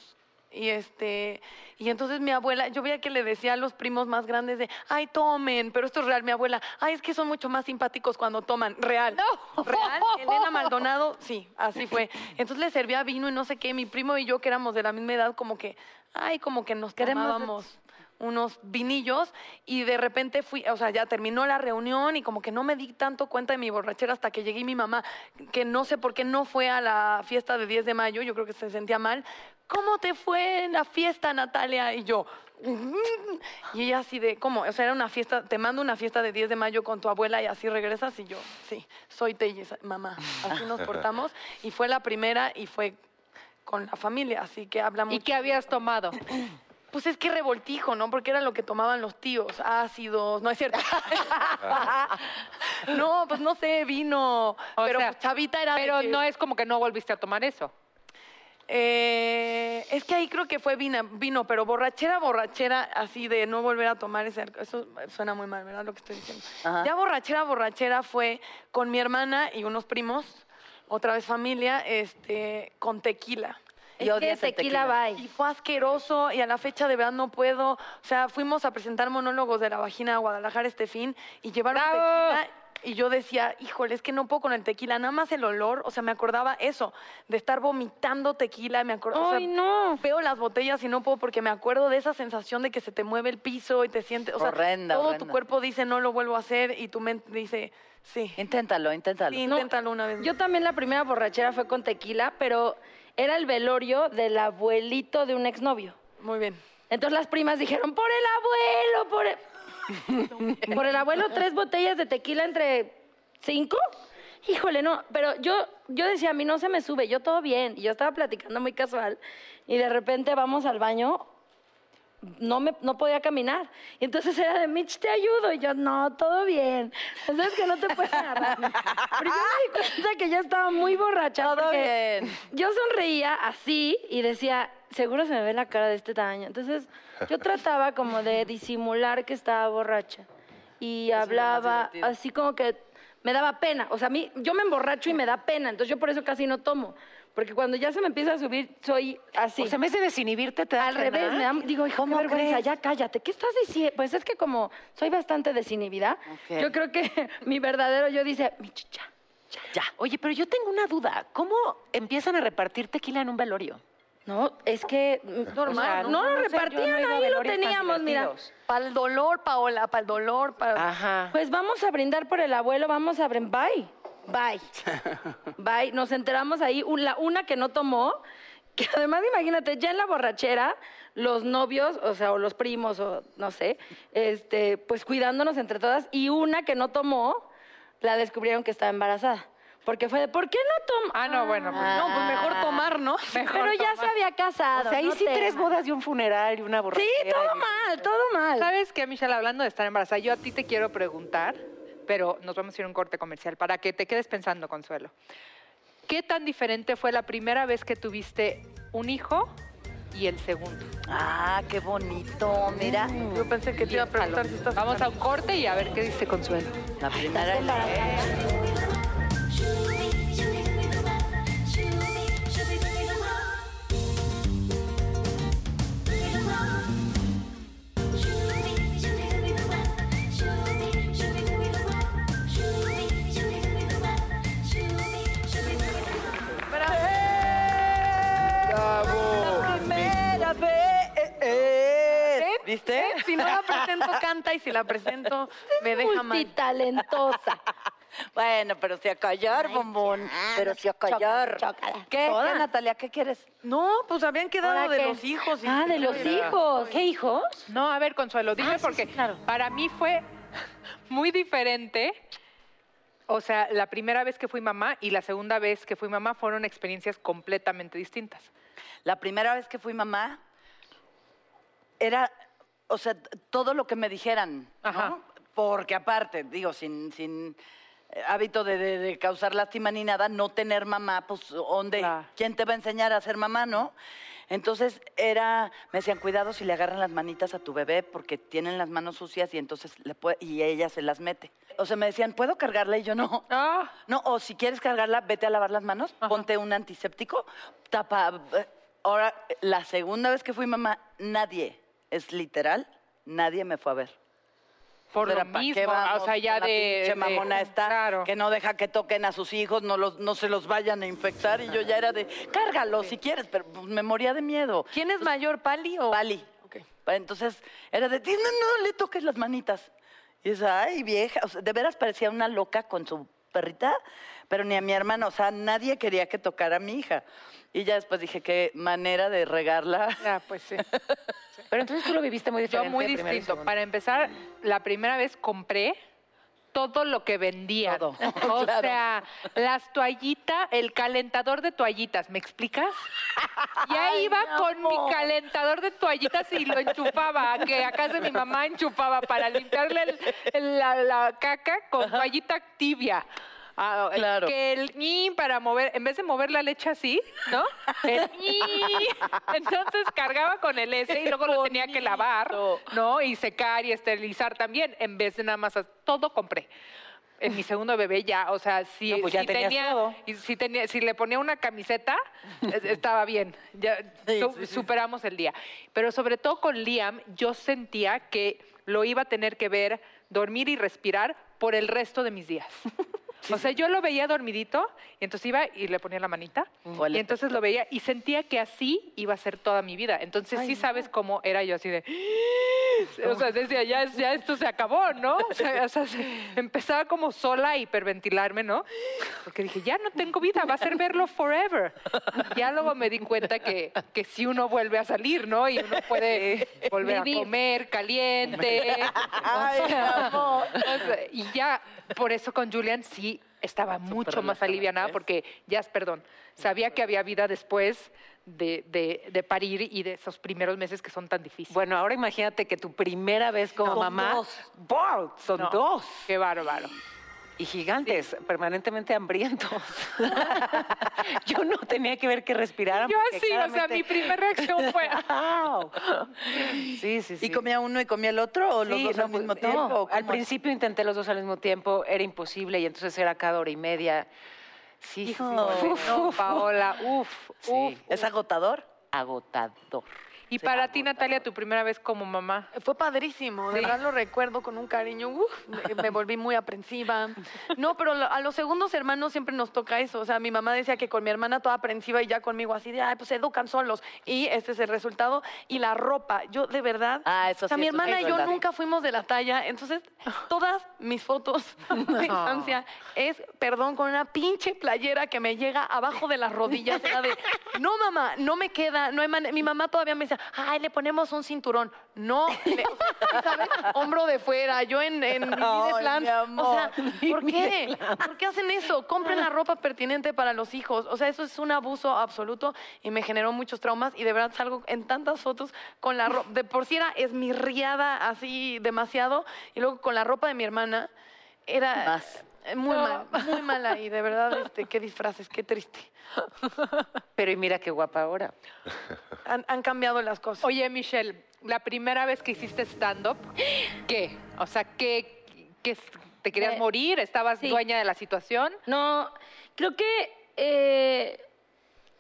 Speaker 4: Y este, y entonces mi abuela, yo veía que le decía a los primos más grandes de, ay, tomen, pero esto es real, mi abuela, ay, es que son mucho más simpáticos cuando toman, real. Real, Elena [laughs] Maldonado, sí, así fue. Entonces le servía vino y no sé qué, mi primo y yo, que éramos de la misma edad, como que, ay, como que nos
Speaker 11: Queremos-
Speaker 4: tomábamos unos vinillos y de repente fui, o sea, ya terminó la reunión y como que no me di tanto cuenta de mi borrachera hasta que llegué y mi mamá, que no sé por qué no fue a la fiesta de 10 de mayo, yo creo que se sentía mal. ¿Cómo te fue en la fiesta, Natalia? Y yo, "Mm". y ella así de, ¿cómo? O sea, era una fiesta, te mando una fiesta de 10 de mayo con tu abuela y así regresas y yo, sí, soy Telles, mamá. Así nos portamos y fue la primera y fue con la familia, así que habla mucho.
Speaker 7: ¿Y qué habías tomado?
Speaker 4: Pues es que revoltijo, ¿no? Porque era lo que tomaban los tíos, ácidos, no es
Speaker 7: [laughs]
Speaker 4: cierto. no, pues no sé, vino.
Speaker 7: O
Speaker 4: pero
Speaker 7: sea,
Speaker 4: pues, Chavita era. de
Speaker 7: Pero
Speaker 4: que-
Speaker 7: no es como que no volviste a tomar eso.
Speaker 4: Eh, es que ahí creo que fue vino, vino, pero borrachera, borrachera, así de no volver a tomar ese alcohol. Eso suena muy mal, ¿verdad? Lo que estoy diciendo. Ya borrachera, borrachera fue con mi hermana y unos primos, otra vez familia, este, con tequila.
Speaker 5: Es que tequila,
Speaker 4: Y
Speaker 5: bye.
Speaker 4: fue asqueroso y a la fecha de verdad no puedo. O sea, fuimos a presentar monólogos de la vagina a Guadalajara este fin y llevaron
Speaker 7: ¡Bravo!
Speaker 4: tequila. Y yo decía, híjole, es que no puedo con el tequila, nada más el olor. O sea, me acordaba eso, de estar vomitando tequila. Me acordaba.
Speaker 7: ¡Ay, no!
Speaker 4: Veo las botellas y no puedo porque me acuerdo de esa sensación de que se te mueve el piso y te sientes. O sea,
Speaker 3: Horrenda,
Speaker 4: todo tu
Speaker 3: horrenda.
Speaker 4: cuerpo dice, no lo vuelvo a hacer y tu mente dice, sí.
Speaker 3: Inténtalo, inténtalo.
Speaker 4: sí, inténtalo una vez. más.
Speaker 5: Yo también la primera borrachera fue con tequila, pero era el velorio del abuelito de un exnovio.
Speaker 4: Muy bien.
Speaker 5: Entonces las primas dijeron, por el abuelo, por el... por el abuelo, tres botellas de tequila entre cinco. Híjole, no, pero yo, yo decía, a mí no se me sube, yo todo bien. Y yo estaba platicando muy casual y de repente vamos al baño, no, me, no podía caminar. Y entonces era de, Mitch, te ayudo. Y yo, no, todo bien. Entonces que no te
Speaker 11: [laughs]
Speaker 5: puedes agarrar. Pero yo me di cuenta que ya estaba muy borracha.
Speaker 11: Todo
Speaker 5: porque-
Speaker 11: bien.
Speaker 5: yo sonreía así y decía, seguro se me ve la cara de este tamaño. Entonces, yo trataba como de disimular que estaba borracha. Y hablaba así como que me daba pena. O sea, a mí, yo me emborracho y me da pena. Entonces, yo por eso casi no tomo. Porque cuando ya se me empieza a subir, soy así.
Speaker 6: O sea, en vez de desinhibirte, te da
Speaker 5: Al
Speaker 6: pena.
Speaker 5: revés, me da- digo, hijo, qué vergüenza, ya cállate. ¿Qué estás diciendo? Pues es que como soy bastante desinhibida,
Speaker 11: Ok.
Speaker 5: yo creo que [laughs] mi verdadero yo dice, mi chicha.
Speaker 6: Oye, pero yo tengo una duda. ¿Cómo empiezan a repartir tequila en un velorio?
Speaker 5: No, es que mm, normal. no,
Speaker 6: no,
Speaker 5: lo
Speaker 6: no sé, yo no
Speaker 5: repartían,
Speaker 6: he ido a
Speaker 5: ahí lo
Speaker 6: velorios tan
Speaker 5: teníamos, mira.
Speaker 6: divertidos.
Speaker 4: Para el dolor, Paola, para el dolor, para.
Speaker 6: Ajá.
Speaker 5: Pues vamos a brindar por el abuelo, vamos a brindar. Bye. Bye. Bye. Nos enteramos ahí, un- la una que no tomó, que además imagínate, ya en la borrachera, los novios, o sea, o los primos, o no sé, este, pues cuidándonos entre todas, y una que no tomó, la descubrieron que estaba embarazada. Porque fue de, ¿por qué no tomar?
Speaker 7: Ah, no, bueno, pues, no, pues mejor
Speaker 5: [laughs]
Speaker 7: tomar, ¿no? Mejor
Speaker 5: Pero ya se
Speaker 7: tomar.
Speaker 5: había casado.
Speaker 7: O sea, ahí sí tres
Speaker 5: bodas y un funeral y una
Speaker 7: borrachera
Speaker 5: Sí, todo
Speaker 7: y-
Speaker 5: mal, todo mal.
Speaker 7: ¿Sabes qué, Michelle? Hablando de estar embarazada, yo a ti te quiero preguntar, pero nos vamos a ir a un corte comercial para que te quedes pensando, Consuelo. ¿Qué tan diferente fue la primera vez que tuviste un hijo y el segundo?
Speaker 11: Ah, qué bonito, mira.
Speaker 7: Yo pensé que te iba a preguntar si estás... Vamos a un corte y a ver qué dice Consuelo.
Speaker 11: La primera
Speaker 4: Primera vez. ¿Viste? Si no la presento, canta y si la presento, me deja mal.
Speaker 5: Multitalentosa.
Speaker 11: Bueno, pero si a callar, bombón. Pero si a callar.
Speaker 3: ¿Qué?
Speaker 11: Toda.
Speaker 3: ¿Qué, Natalia? ¿Qué quieres?
Speaker 4: No, pues habían quedado de los hijos. y-
Speaker 7: Ah, de los
Speaker 4: Mira.
Speaker 7: hijos. ¿Qué hijos? No, a ver, Consuelo, dime porque para mí fue [laughs] muy diferente. O sea, la primera vez que fui mamá y la segunda vez que fui mamá fueron experiencias completamente distintas.
Speaker 3: La primera vez que fui mamá era, o sea, t- todo lo que me dijeran, ¿no? Porque aparte, digo, sin, sin eh, hábito de, de- de causar lástima ni nada, no tener mamá, pues, ¿dónde? ¿Quién te va a enseñar a ser mamá, no? Entonces era, me decían, cuidado si le agarran las manitas a tu bebé porque tienen las manos sucias y entonces le pue- y ella se las mete. O sea, me decían, ¿puedo cargarla? Y yo no. No, o si quieres cargarla, vete a lavar las manos, ponte un antiséptico, tapa. eh, Ahora, la segunda vez que fui mamá, nadie, es literal, nadie me fue a ver.
Speaker 7: Por
Speaker 3: Era,
Speaker 7: lo
Speaker 3: ¿pa' qué
Speaker 7: mismo,
Speaker 3: vamos
Speaker 7: o sea,
Speaker 3: con
Speaker 7: ya
Speaker 3: la
Speaker 7: de-
Speaker 3: pinche
Speaker 7: de-
Speaker 3: mamona esta, que no deja que toquen a sus hijos, no, los, no se los vayan a infectar. Y yo ya era de, cárgalo si quieres, pero pues, me moría de miedo.
Speaker 4: ¿Quién es mayor, Pali o...?
Speaker 3: Pali. Pa- Entonces, era de, no, no, le toques las manitas. Y es, ay, vieja, o sea, de veras parecía una loca con su perrita, pero ni a mi hermana, o sea, nadie quería que tocara a mi hija. Y ya después dije, qué manera de regarla.
Speaker 7: Ah, pues sí.
Speaker 6: Pero entonces tú lo viviste muy
Speaker 7: Yo
Speaker 6: diferente.
Speaker 7: muy
Speaker 6: primero y
Speaker 7: distinto.
Speaker 6: segundo.
Speaker 7: Para empezar, la primera vez compré todo lo que vendía. [laughs] O
Speaker 6: Claro.
Speaker 7: sea, las toallitas, el calentador de toallitas,
Speaker 6: [laughs]
Speaker 7: ¿me explicas? Ya iba con mi calentador de toallitas y lo enchufaba, que acá de mi mamá enchufaba para limpiarle el- el- la, la caca con toallita tibia. Ah,
Speaker 3: Claro.
Speaker 7: Que el ñi para mover, en vez de mover la leche así, ¿no? El ñi. Entonces cargaba con el S y luego lo tenía que lavar, ¿no? Y secar y esterilizar también, en vez de nada más a- todo compré. En mi segundo bebé ya, o sea, si,
Speaker 6: No, pues ya
Speaker 7: si
Speaker 6: tenías
Speaker 7: tenía, y si tenía, si le ponía
Speaker 6: [laughs]
Speaker 7: una camiseta, es- estaba bien. Ya su- superamos el día. Pero sobre todo con Liam, yo sentía que lo iba a tener que ver, dormir y respirar por el resto de mis días. [laughs] O sea, yo lo veía dormidito, y entonces iba y le ponía la manita,
Speaker 3: O el
Speaker 7: y entonces lo veía y sentía que así iba a ser toda mi vida. Entonces sí sabes cómo era yo así de... O sea, decía, ya, es- ya esto se acabó, ¿no? O sea, o sea, se- empezaba como sola a hiperventilarme, ¿no? Porque dije, ya no tengo vida, va a ser verlo forever. Ya luego me di cuenta que, que si uno vuelve a salir, ¿no? Y uno puede volver
Speaker 5: Vivir.
Speaker 7: a comer caliente.
Speaker 5: Ay,
Speaker 7: O sea,
Speaker 5: amor.
Speaker 7: o sea, y ya, por eso con Julian sí estaba mucho más alivianada, porque ya, es- perdón, sabía que había vida después de, de- de parir y de esos primeros meses que son tan difíciles.
Speaker 6: Bueno, ahora imagínate que tu primera vez como
Speaker 7: Son
Speaker 6: mamá.
Speaker 7: dos.
Speaker 6: ¡Bol! Son
Speaker 7: No,
Speaker 6: dos.
Speaker 7: Qué bárbaro.
Speaker 6: Y gigantes, permanentemente hambrientos. [laughs] Yo no tenía que ver que
Speaker 5: [laughs]
Speaker 6: respiraran.
Speaker 7: Yo
Speaker 6: porque
Speaker 7: así, o sea,
Speaker 6: claramente-
Speaker 7: mi primera reacción fue...
Speaker 6: ¡Au! Sí, sí, sí.
Speaker 3: ¿Y comía uno y comía el otro o los
Speaker 6: Sí,
Speaker 3: dos
Speaker 6: no,
Speaker 3: al mismo
Speaker 6: pues, no,
Speaker 3: tiempo? ¿O
Speaker 6: al
Speaker 3: cómo?
Speaker 6: principio intenté los dos al mismo tiempo, era imposible y entonces era cada hora y media. Sí, sí, sí, fue-
Speaker 7: No, Paola, uf, uf.
Speaker 3: ¿Es agotador?
Speaker 6: agotador.
Speaker 7: Y para ti, Natalia, tu primera vez como mamá.
Speaker 4: Fue padrísimo, de
Speaker 7: Sí.
Speaker 4: verdad lo recuerdo con un cariño, uf, me, me volví muy aprensiva. No, pero lo- a los segundos hermanos siempre nos toca eso, o sea, mi mamá decía que con mi hermana toda aprensiva y ya conmigo así de, ay, pues se educan solos. Y este es el resultado. Y la ropa, yo de verdad,
Speaker 11: Ah, eso
Speaker 4: o sea,
Speaker 11: sí,
Speaker 4: mi
Speaker 11: eso sí
Speaker 4: hermana
Speaker 11: es
Speaker 4: y yo
Speaker 11: verdad.
Speaker 4: nunca fuimos de la talla, entonces todas mis fotos [laughs] de infancia es, perdón, con una pinche playera que me llega abajo de las rodillas, era de, no mamá, no me queda, no hay manera". mi mamá todavía me dice, dice, ay, le ponemos un cinturón. No, le- [laughs] ¿sabes? Hombro de fuera, yo en, en mi vida es
Speaker 11: Ay,
Speaker 4: lans.
Speaker 11: mi amor.
Speaker 4: O sea, ¿por
Speaker 11: Mi vida
Speaker 4: qué?
Speaker 11: es lans.
Speaker 4: ¿Por qué hacen eso? Compren la ropa pertinente para los hijos. O sea, eso es un abuso absoluto y me generó muchos traumas y de verdad salgo en tantas fotos con la ropa, de por si era esmirriada así demasiado y luego con la ropa de mi hermana era... eh, Muy mal, muy mala y de verdad, este, qué disfraces, qué triste.
Speaker 6: Pero y mira qué guapa ahora.
Speaker 4: Han, han cambiado las cosas.
Speaker 7: Oye, Michelle, la primera vez que hiciste stand-up, ¿qué? O sea, ¿qué, qué- te querías
Speaker 5: Eh,
Speaker 7: morir? ¿Estabas
Speaker 5: sí.
Speaker 7: dueña de la situación?
Speaker 5: No, creo que eh,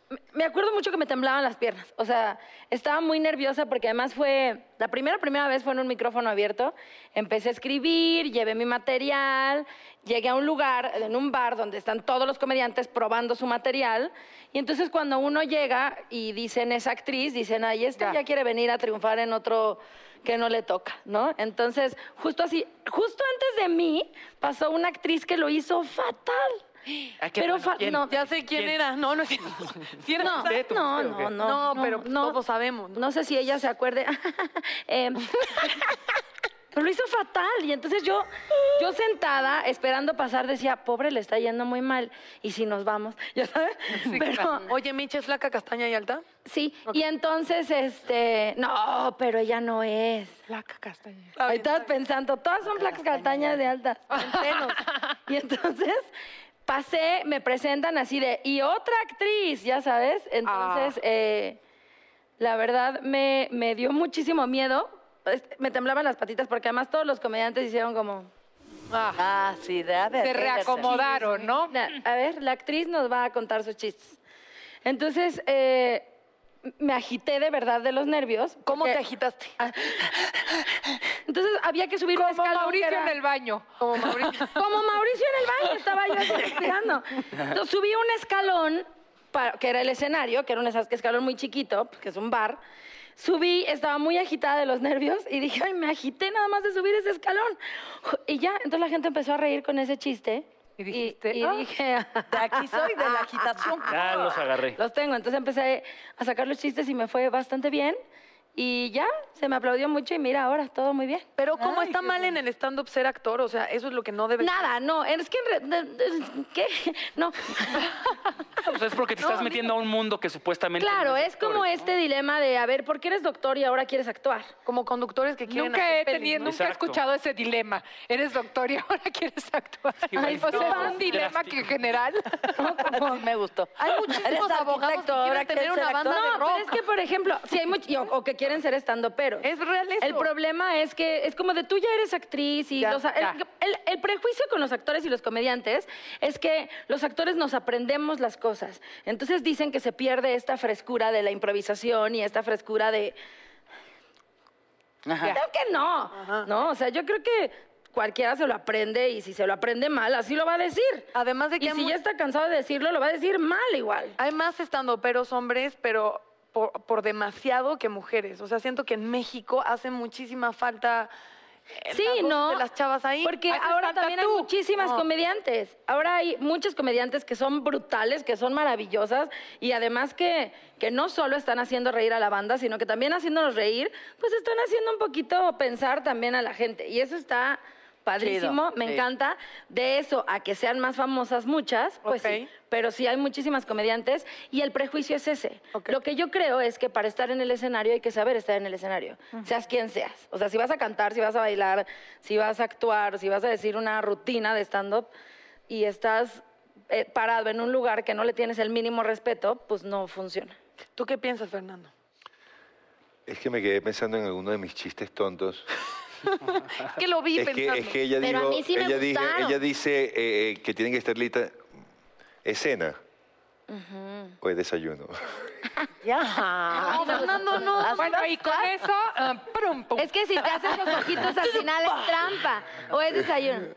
Speaker 5: me- me acuerdo mucho que me temblaban las piernas. O sea, estaba muy nerviosa porque además fue la primera primera vez fue en un micrófono abierto. Empecé a escribir, llevé mi material, llegué a un lugar en un bar donde están todos los comediantes probando su material y entonces cuando uno llega y dicen esa actriz, dicen, "Ay, esta ya quiere venir a triunfar en otro que no le toca", ¿no? Entonces, justo así, justo antes de mí pasó una actriz que lo hizo fatal.
Speaker 4: Ay, Ah, qué
Speaker 5: Pero
Speaker 4: bueno,
Speaker 5: fa-
Speaker 4: ¿quién?
Speaker 5: no.
Speaker 4: Ya sé quién, era. No, no es [laughs] cierto. ¿Sí era
Speaker 5: No,
Speaker 4: usted, tu
Speaker 5: no,
Speaker 4: usted, o qué?
Speaker 5: no, no,
Speaker 4: No, pero todos sabemos.
Speaker 5: No sé si ella se acuerde. [laughs] Eh, pero lo hizo fatal. Y entonces yo, yo sentada, esperando pasar, decía, pobre, le está yendo muy mal. Y si nos vamos, [laughs] ya sabes. Pero,
Speaker 4: Oye, Miche, ¿es flaca, castaña y alta?
Speaker 5: sí. Y entonces, este, no, pero ella no es.
Speaker 7: Flaca castaña.
Speaker 5: Ahí estabas pensando, todas son placas castañas de altas,
Speaker 7: [laughs]
Speaker 5: con senos. Y entonces pasé, me presentan así de, y otra actriz, ya sabes. Entonces,
Speaker 7: Ah.
Speaker 5: eh, la verdad me, me dio muchísimo miedo. Este, Me temblaban las patitas porque además todos los comediantes hicieron como.
Speaker 11: Ah, sí, de a ver.
Speaker 7: Se reacomodaron, ¿no?
Speaker 5: Na- A ver, la actriz nos va a contar sus chistes. Entonces, eh, me agité de verdad de los nervios.
Speaker 4: ¿Cómo
Speaker 5: porque-
Speaker 4: te agitaste?
Speaker 5: Ah. [laughs] Entonces había que subir la
Speaker 7: Como
Speaker 5: escalón, que
Speaker 7: Mauricio
Speaker 5: era-
Speaker 7: en el baño.
Speaker 4: Como
Speaker 7: [laughs]
Speaker 4: Mauricio.
Speaker 5: Como Mauricio en el baño, estaba yo así respirando. Entonces subí un escalón, para- que era el escenario, que era un esas- escalón muy chiquito, que es un bar. Subí, estaba muy agitada de los nervios y dije, ay, me agité nada más de subir ese escalón. Y ya, entonces la gente empezó a reír con ese chiste.
Speaker 7: Y dijiste,
Speaker 5: y
Speaker 7: "Ah".
Speaker 5: dije,
Speaker 11: De aquí soy, de la
Speaker 7: [laughs]
Speaker 11: agitación.
Speaker 12: Ah,
Speaker 8: Ya Ah, los agarré.
Speaker 5: los tengo. Entonces empecé a sacar los chistes y me fue bastante bien. Y ya, se me aplaudió mucho y mira, ahora todo muy bien.
Speaker 4: Pero como está mal en el stand-up ser actor, o sea, eso es lo que no debe...
Speaker 5: Nada, no, es que... en re- de- de- ¿Qué?
Speaker 7: [laughs]
Speaker 5: No.
Speaker 8: Pues es porque te estás metiendo a un mundo que supuestamente.
Speaker 5: Claro,
Speaker 8: no
Speaker 5: es como
Speaker 8: actores, ¿no?
Speaker 5: este dilema de, a ver, ¿por qué eres doctor y ahora quieres actuar?
Speaker 4: Como conductores que quieren
Speaker 7: Nunca
Speaker 4: hacer
Speaker 7: he
Speaker 4: pelis,
Speaker 7: tenido,
Speaker 4: ¿no?
Speaker 7: nunca he
Speaker 8: Exacto.
Speaker 7: escuchado ese dilema. Eres doctor y [laughs] ahora quieres actuar.
Speaker 8: Ay,
Speaker 7: o sea,
Speaker 8: no,
Speaker 7: es un dilema que en
Speaker 8: drástico.
Speaker 7: general. ah,
Speaker 3: [laughs]
Speaker 11: Sí, me gustó.
Speaker 4: [laughs] Hay muchísimos
Speaker 11: Eres
Speaker 4: abogados que
Speaker 11: arquitecto,
Speaker 4: quieren
Speaker 11: ahora
Speaker 4: tener
Speaker 11: quieres
Speaker 4: una
Speaker 11: ser
Speaker 4: banda
Speaker 11: actor.
Speaker 4: de
Speaker 5: No,
Speaker 7: Oh.
Speaker 5: pero es que, por ejemplo, si hay muchos... O, o que quieren ser estando, pero...
Speaker 4: Es real eso.
Speaker 5: El problema es que es como de tú ya eres actriz y
Speaker 7: Ya,
Speaker 5: los- el,
Speaker 7: ya.
Speaker 5: el- el prejuicio con los actores y los comediantes es que los actores nos aprendemos las cosas. Entonces dicen que se pierde esta frescura de la improvisación y esta frescura de...
Speaker 11: Ajá.
Speaker 5: Creo que no. No, o sea, yo creo que cualquiera se lo aprende y si se lo aprende mal, así lo va a decir.
Speaker 4: Además de que
Speaker 5: Y
Speaker 4: hay
Speaker 5: si
Speaker 4: mu-
Speaker 5: ya está cansado de decirlo, lo va a decir mal igual.
Speaker 4: Hay más estandoperos hombres, pero por, por demasiado que mujeres. O sea, siento que en México hace muchísima falta eh,
Speaker 5: Sí,
Speaker 4: las voces
Speaker 5: ¿no?
Speaker 4: de las chavas ahí.
Speaker 5: Porque
Speaker 4: Hace
Speaker 5: ahora
Speaker 4: falta
Speaker 5: también
Speaker 4: tú.
Speaker 5: hay muchísimas
Speaker 4: No.
Speaker 5: comediantes. Ahora hay muchas comediantes que son brutales, que son maravillosas y además que, que no solo están haciendo reír a la banda, sino que también haciéndonos reír, pues están haciendo un poquito pensar también a la gente. Y eso está padrísimo,
Speaker 11: Chido,
Speaker 5: me
Speaker 11: sí.
Speaker 5: encanta. De eso a que sean más famosas muchas, pues sí.
Speaker 4: Ok.
Speaker 5: Pero sí hay muchísimas comediantes y el prejuicio es ese.
Speaker 4: Ok.
Speaker 5: Lo que yo creo es que para estar en el escenario hay que saber estar en el escenario, [laughs] seas quien seas. O sea, si vas a cantar, si vas a bailar, si vas a actuar, si vas a decir una rutina de stand-up y estás eh, parado en un lugar que no le tienes el mínimo respeto, pues no funciona.
Speaker 4: ¿Tú qué piensas, Fernando?
Speaker 9: Es que me quedé pensando en alguno de mis chistes tontos.
Speaker 4: Es que lo vi
Speaker 9: es, que,
Speaker 4: pensando.
Speaker 9: es que ella
Speaker 11: Pero a
Speaker 9: dijo,
Speaker 11: mí sí me
Speaker 9: ella, dije-
Speaker 11: gustaron.
Speaker 9: ella dice eh, eh, que tienen que estar lista escena o
Speaker 11: [laughs]
Speaker 9: es desayuno.
Speaker 11: Ya.
Speaker 4: No, Fernando, [laughs] no.
Speaker 7: bueno, y con eso, ah, prum, pum.
Speaker 5: Es que si te haces los ojitos al final es trampa o es desayuno.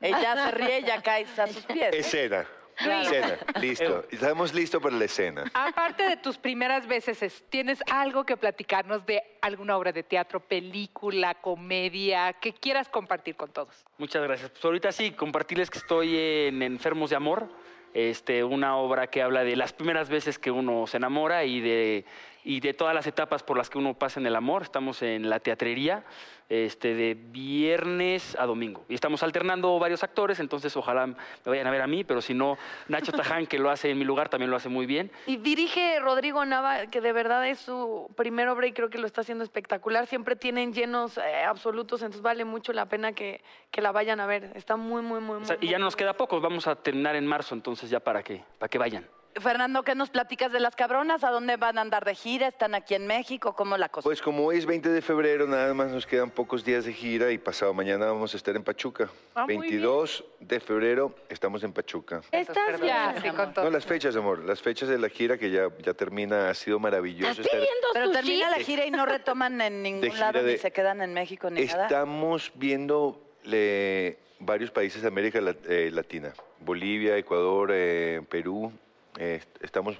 Speaker 11: Ella se ríe y ya cae a sus pies.
Speaker 9: Escena. Escena.
Speaker 11: [laughs]
Speaker 9: Listo. Estamos listos para la escena.
Speaker 7: Aparte de tus primeras veces, es- ¿tienes algo que platicarnos de alguna obra de teatro, película, comedia, que quieras compartir con todos?
Speaker 8: Muchas gracias. Pues ahorita sí, compartirles que estoy en Enfermos de Amor. este, una obra que habla de las primeras veces que uno se enamora y de, y de todas las etapas por las que uno pasa en el amor. Estamos en la teatrería este, de viernes a domingo. Y estamos alternando varios actores, entonces ojalá me vayan a ver a mí, pero si no, Nacho Taján, que lo hace en mi lugar, también lo hace muy bien.
Speaker 4: Y dirige Rodrigo Nava, que de verdad es su primer obra y creo que lo está haciendo espectacular. Siempre tienen llenos eh, absolutos, entonces vale mucho la pena que, que la vayan a ver. Está muy, muy, muy,
Speaker 8: O sea,
Speaker 4: muy-
Speaker 8: y ya nos queda poco, vamos a terminar en marzo, entonces ya para que, para que vayan.
Speaker 11: Fernando, ¿qué nos platicas de las cabronas? ¿A dónde van a andar de gira? ¿Están aquí en México? ¿Cómo la cosa?
Speaker 9: Pues como hoy es 20 de febrero, nada más nos quedan pocos días de gira y pasado mañana vamos a estar en Pachuca.
Speaker 11: Ah, muy
Speaker 9: 22 de febrero estamos en Pachuca.
Speaker 7: Estás ya. Sí, con todo.
Speaker 9: No, las fechas, amor, las fechas de la gira que ya, ya termina, ha sido maravilloso. estar-
Speaker 11: Pero
Speaker 4: Pues,
Speaker 9: sushi?
Speaker 11: termina la gira y no retoman en ningún
Speaker 9: gira
Speaker 11: lado, ni
Speaker 9: de-
Speaker 11: se quedan en México, ni nada.
Speaker 9: Estamos viendo le- varios países de América Lat- eh, Latina, Bolivia, Ecuador, eh, Perú. eh, estamos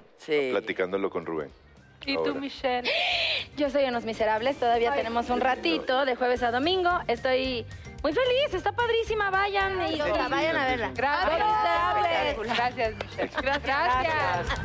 Speaker 9: platicándolo con Rubén.
Speaker 7: ¿Y
Speaker 9: ahora.
Speaker 7: tú, Michelle?
Speaker 5: Yo soy Unos Miserables, todavía tenemos un ratito de jueves a domingo. Estoy muy feliz, está padrísima, vayan y
Speaker 9: Ay,
Speaker 5: y-
Speaker 9: vayan a verla.
Speaker 7: Gracias.
Speaker 5: Miserables.
Speaker 7: Gracias, Michelle.
Speaker 5: Gracias.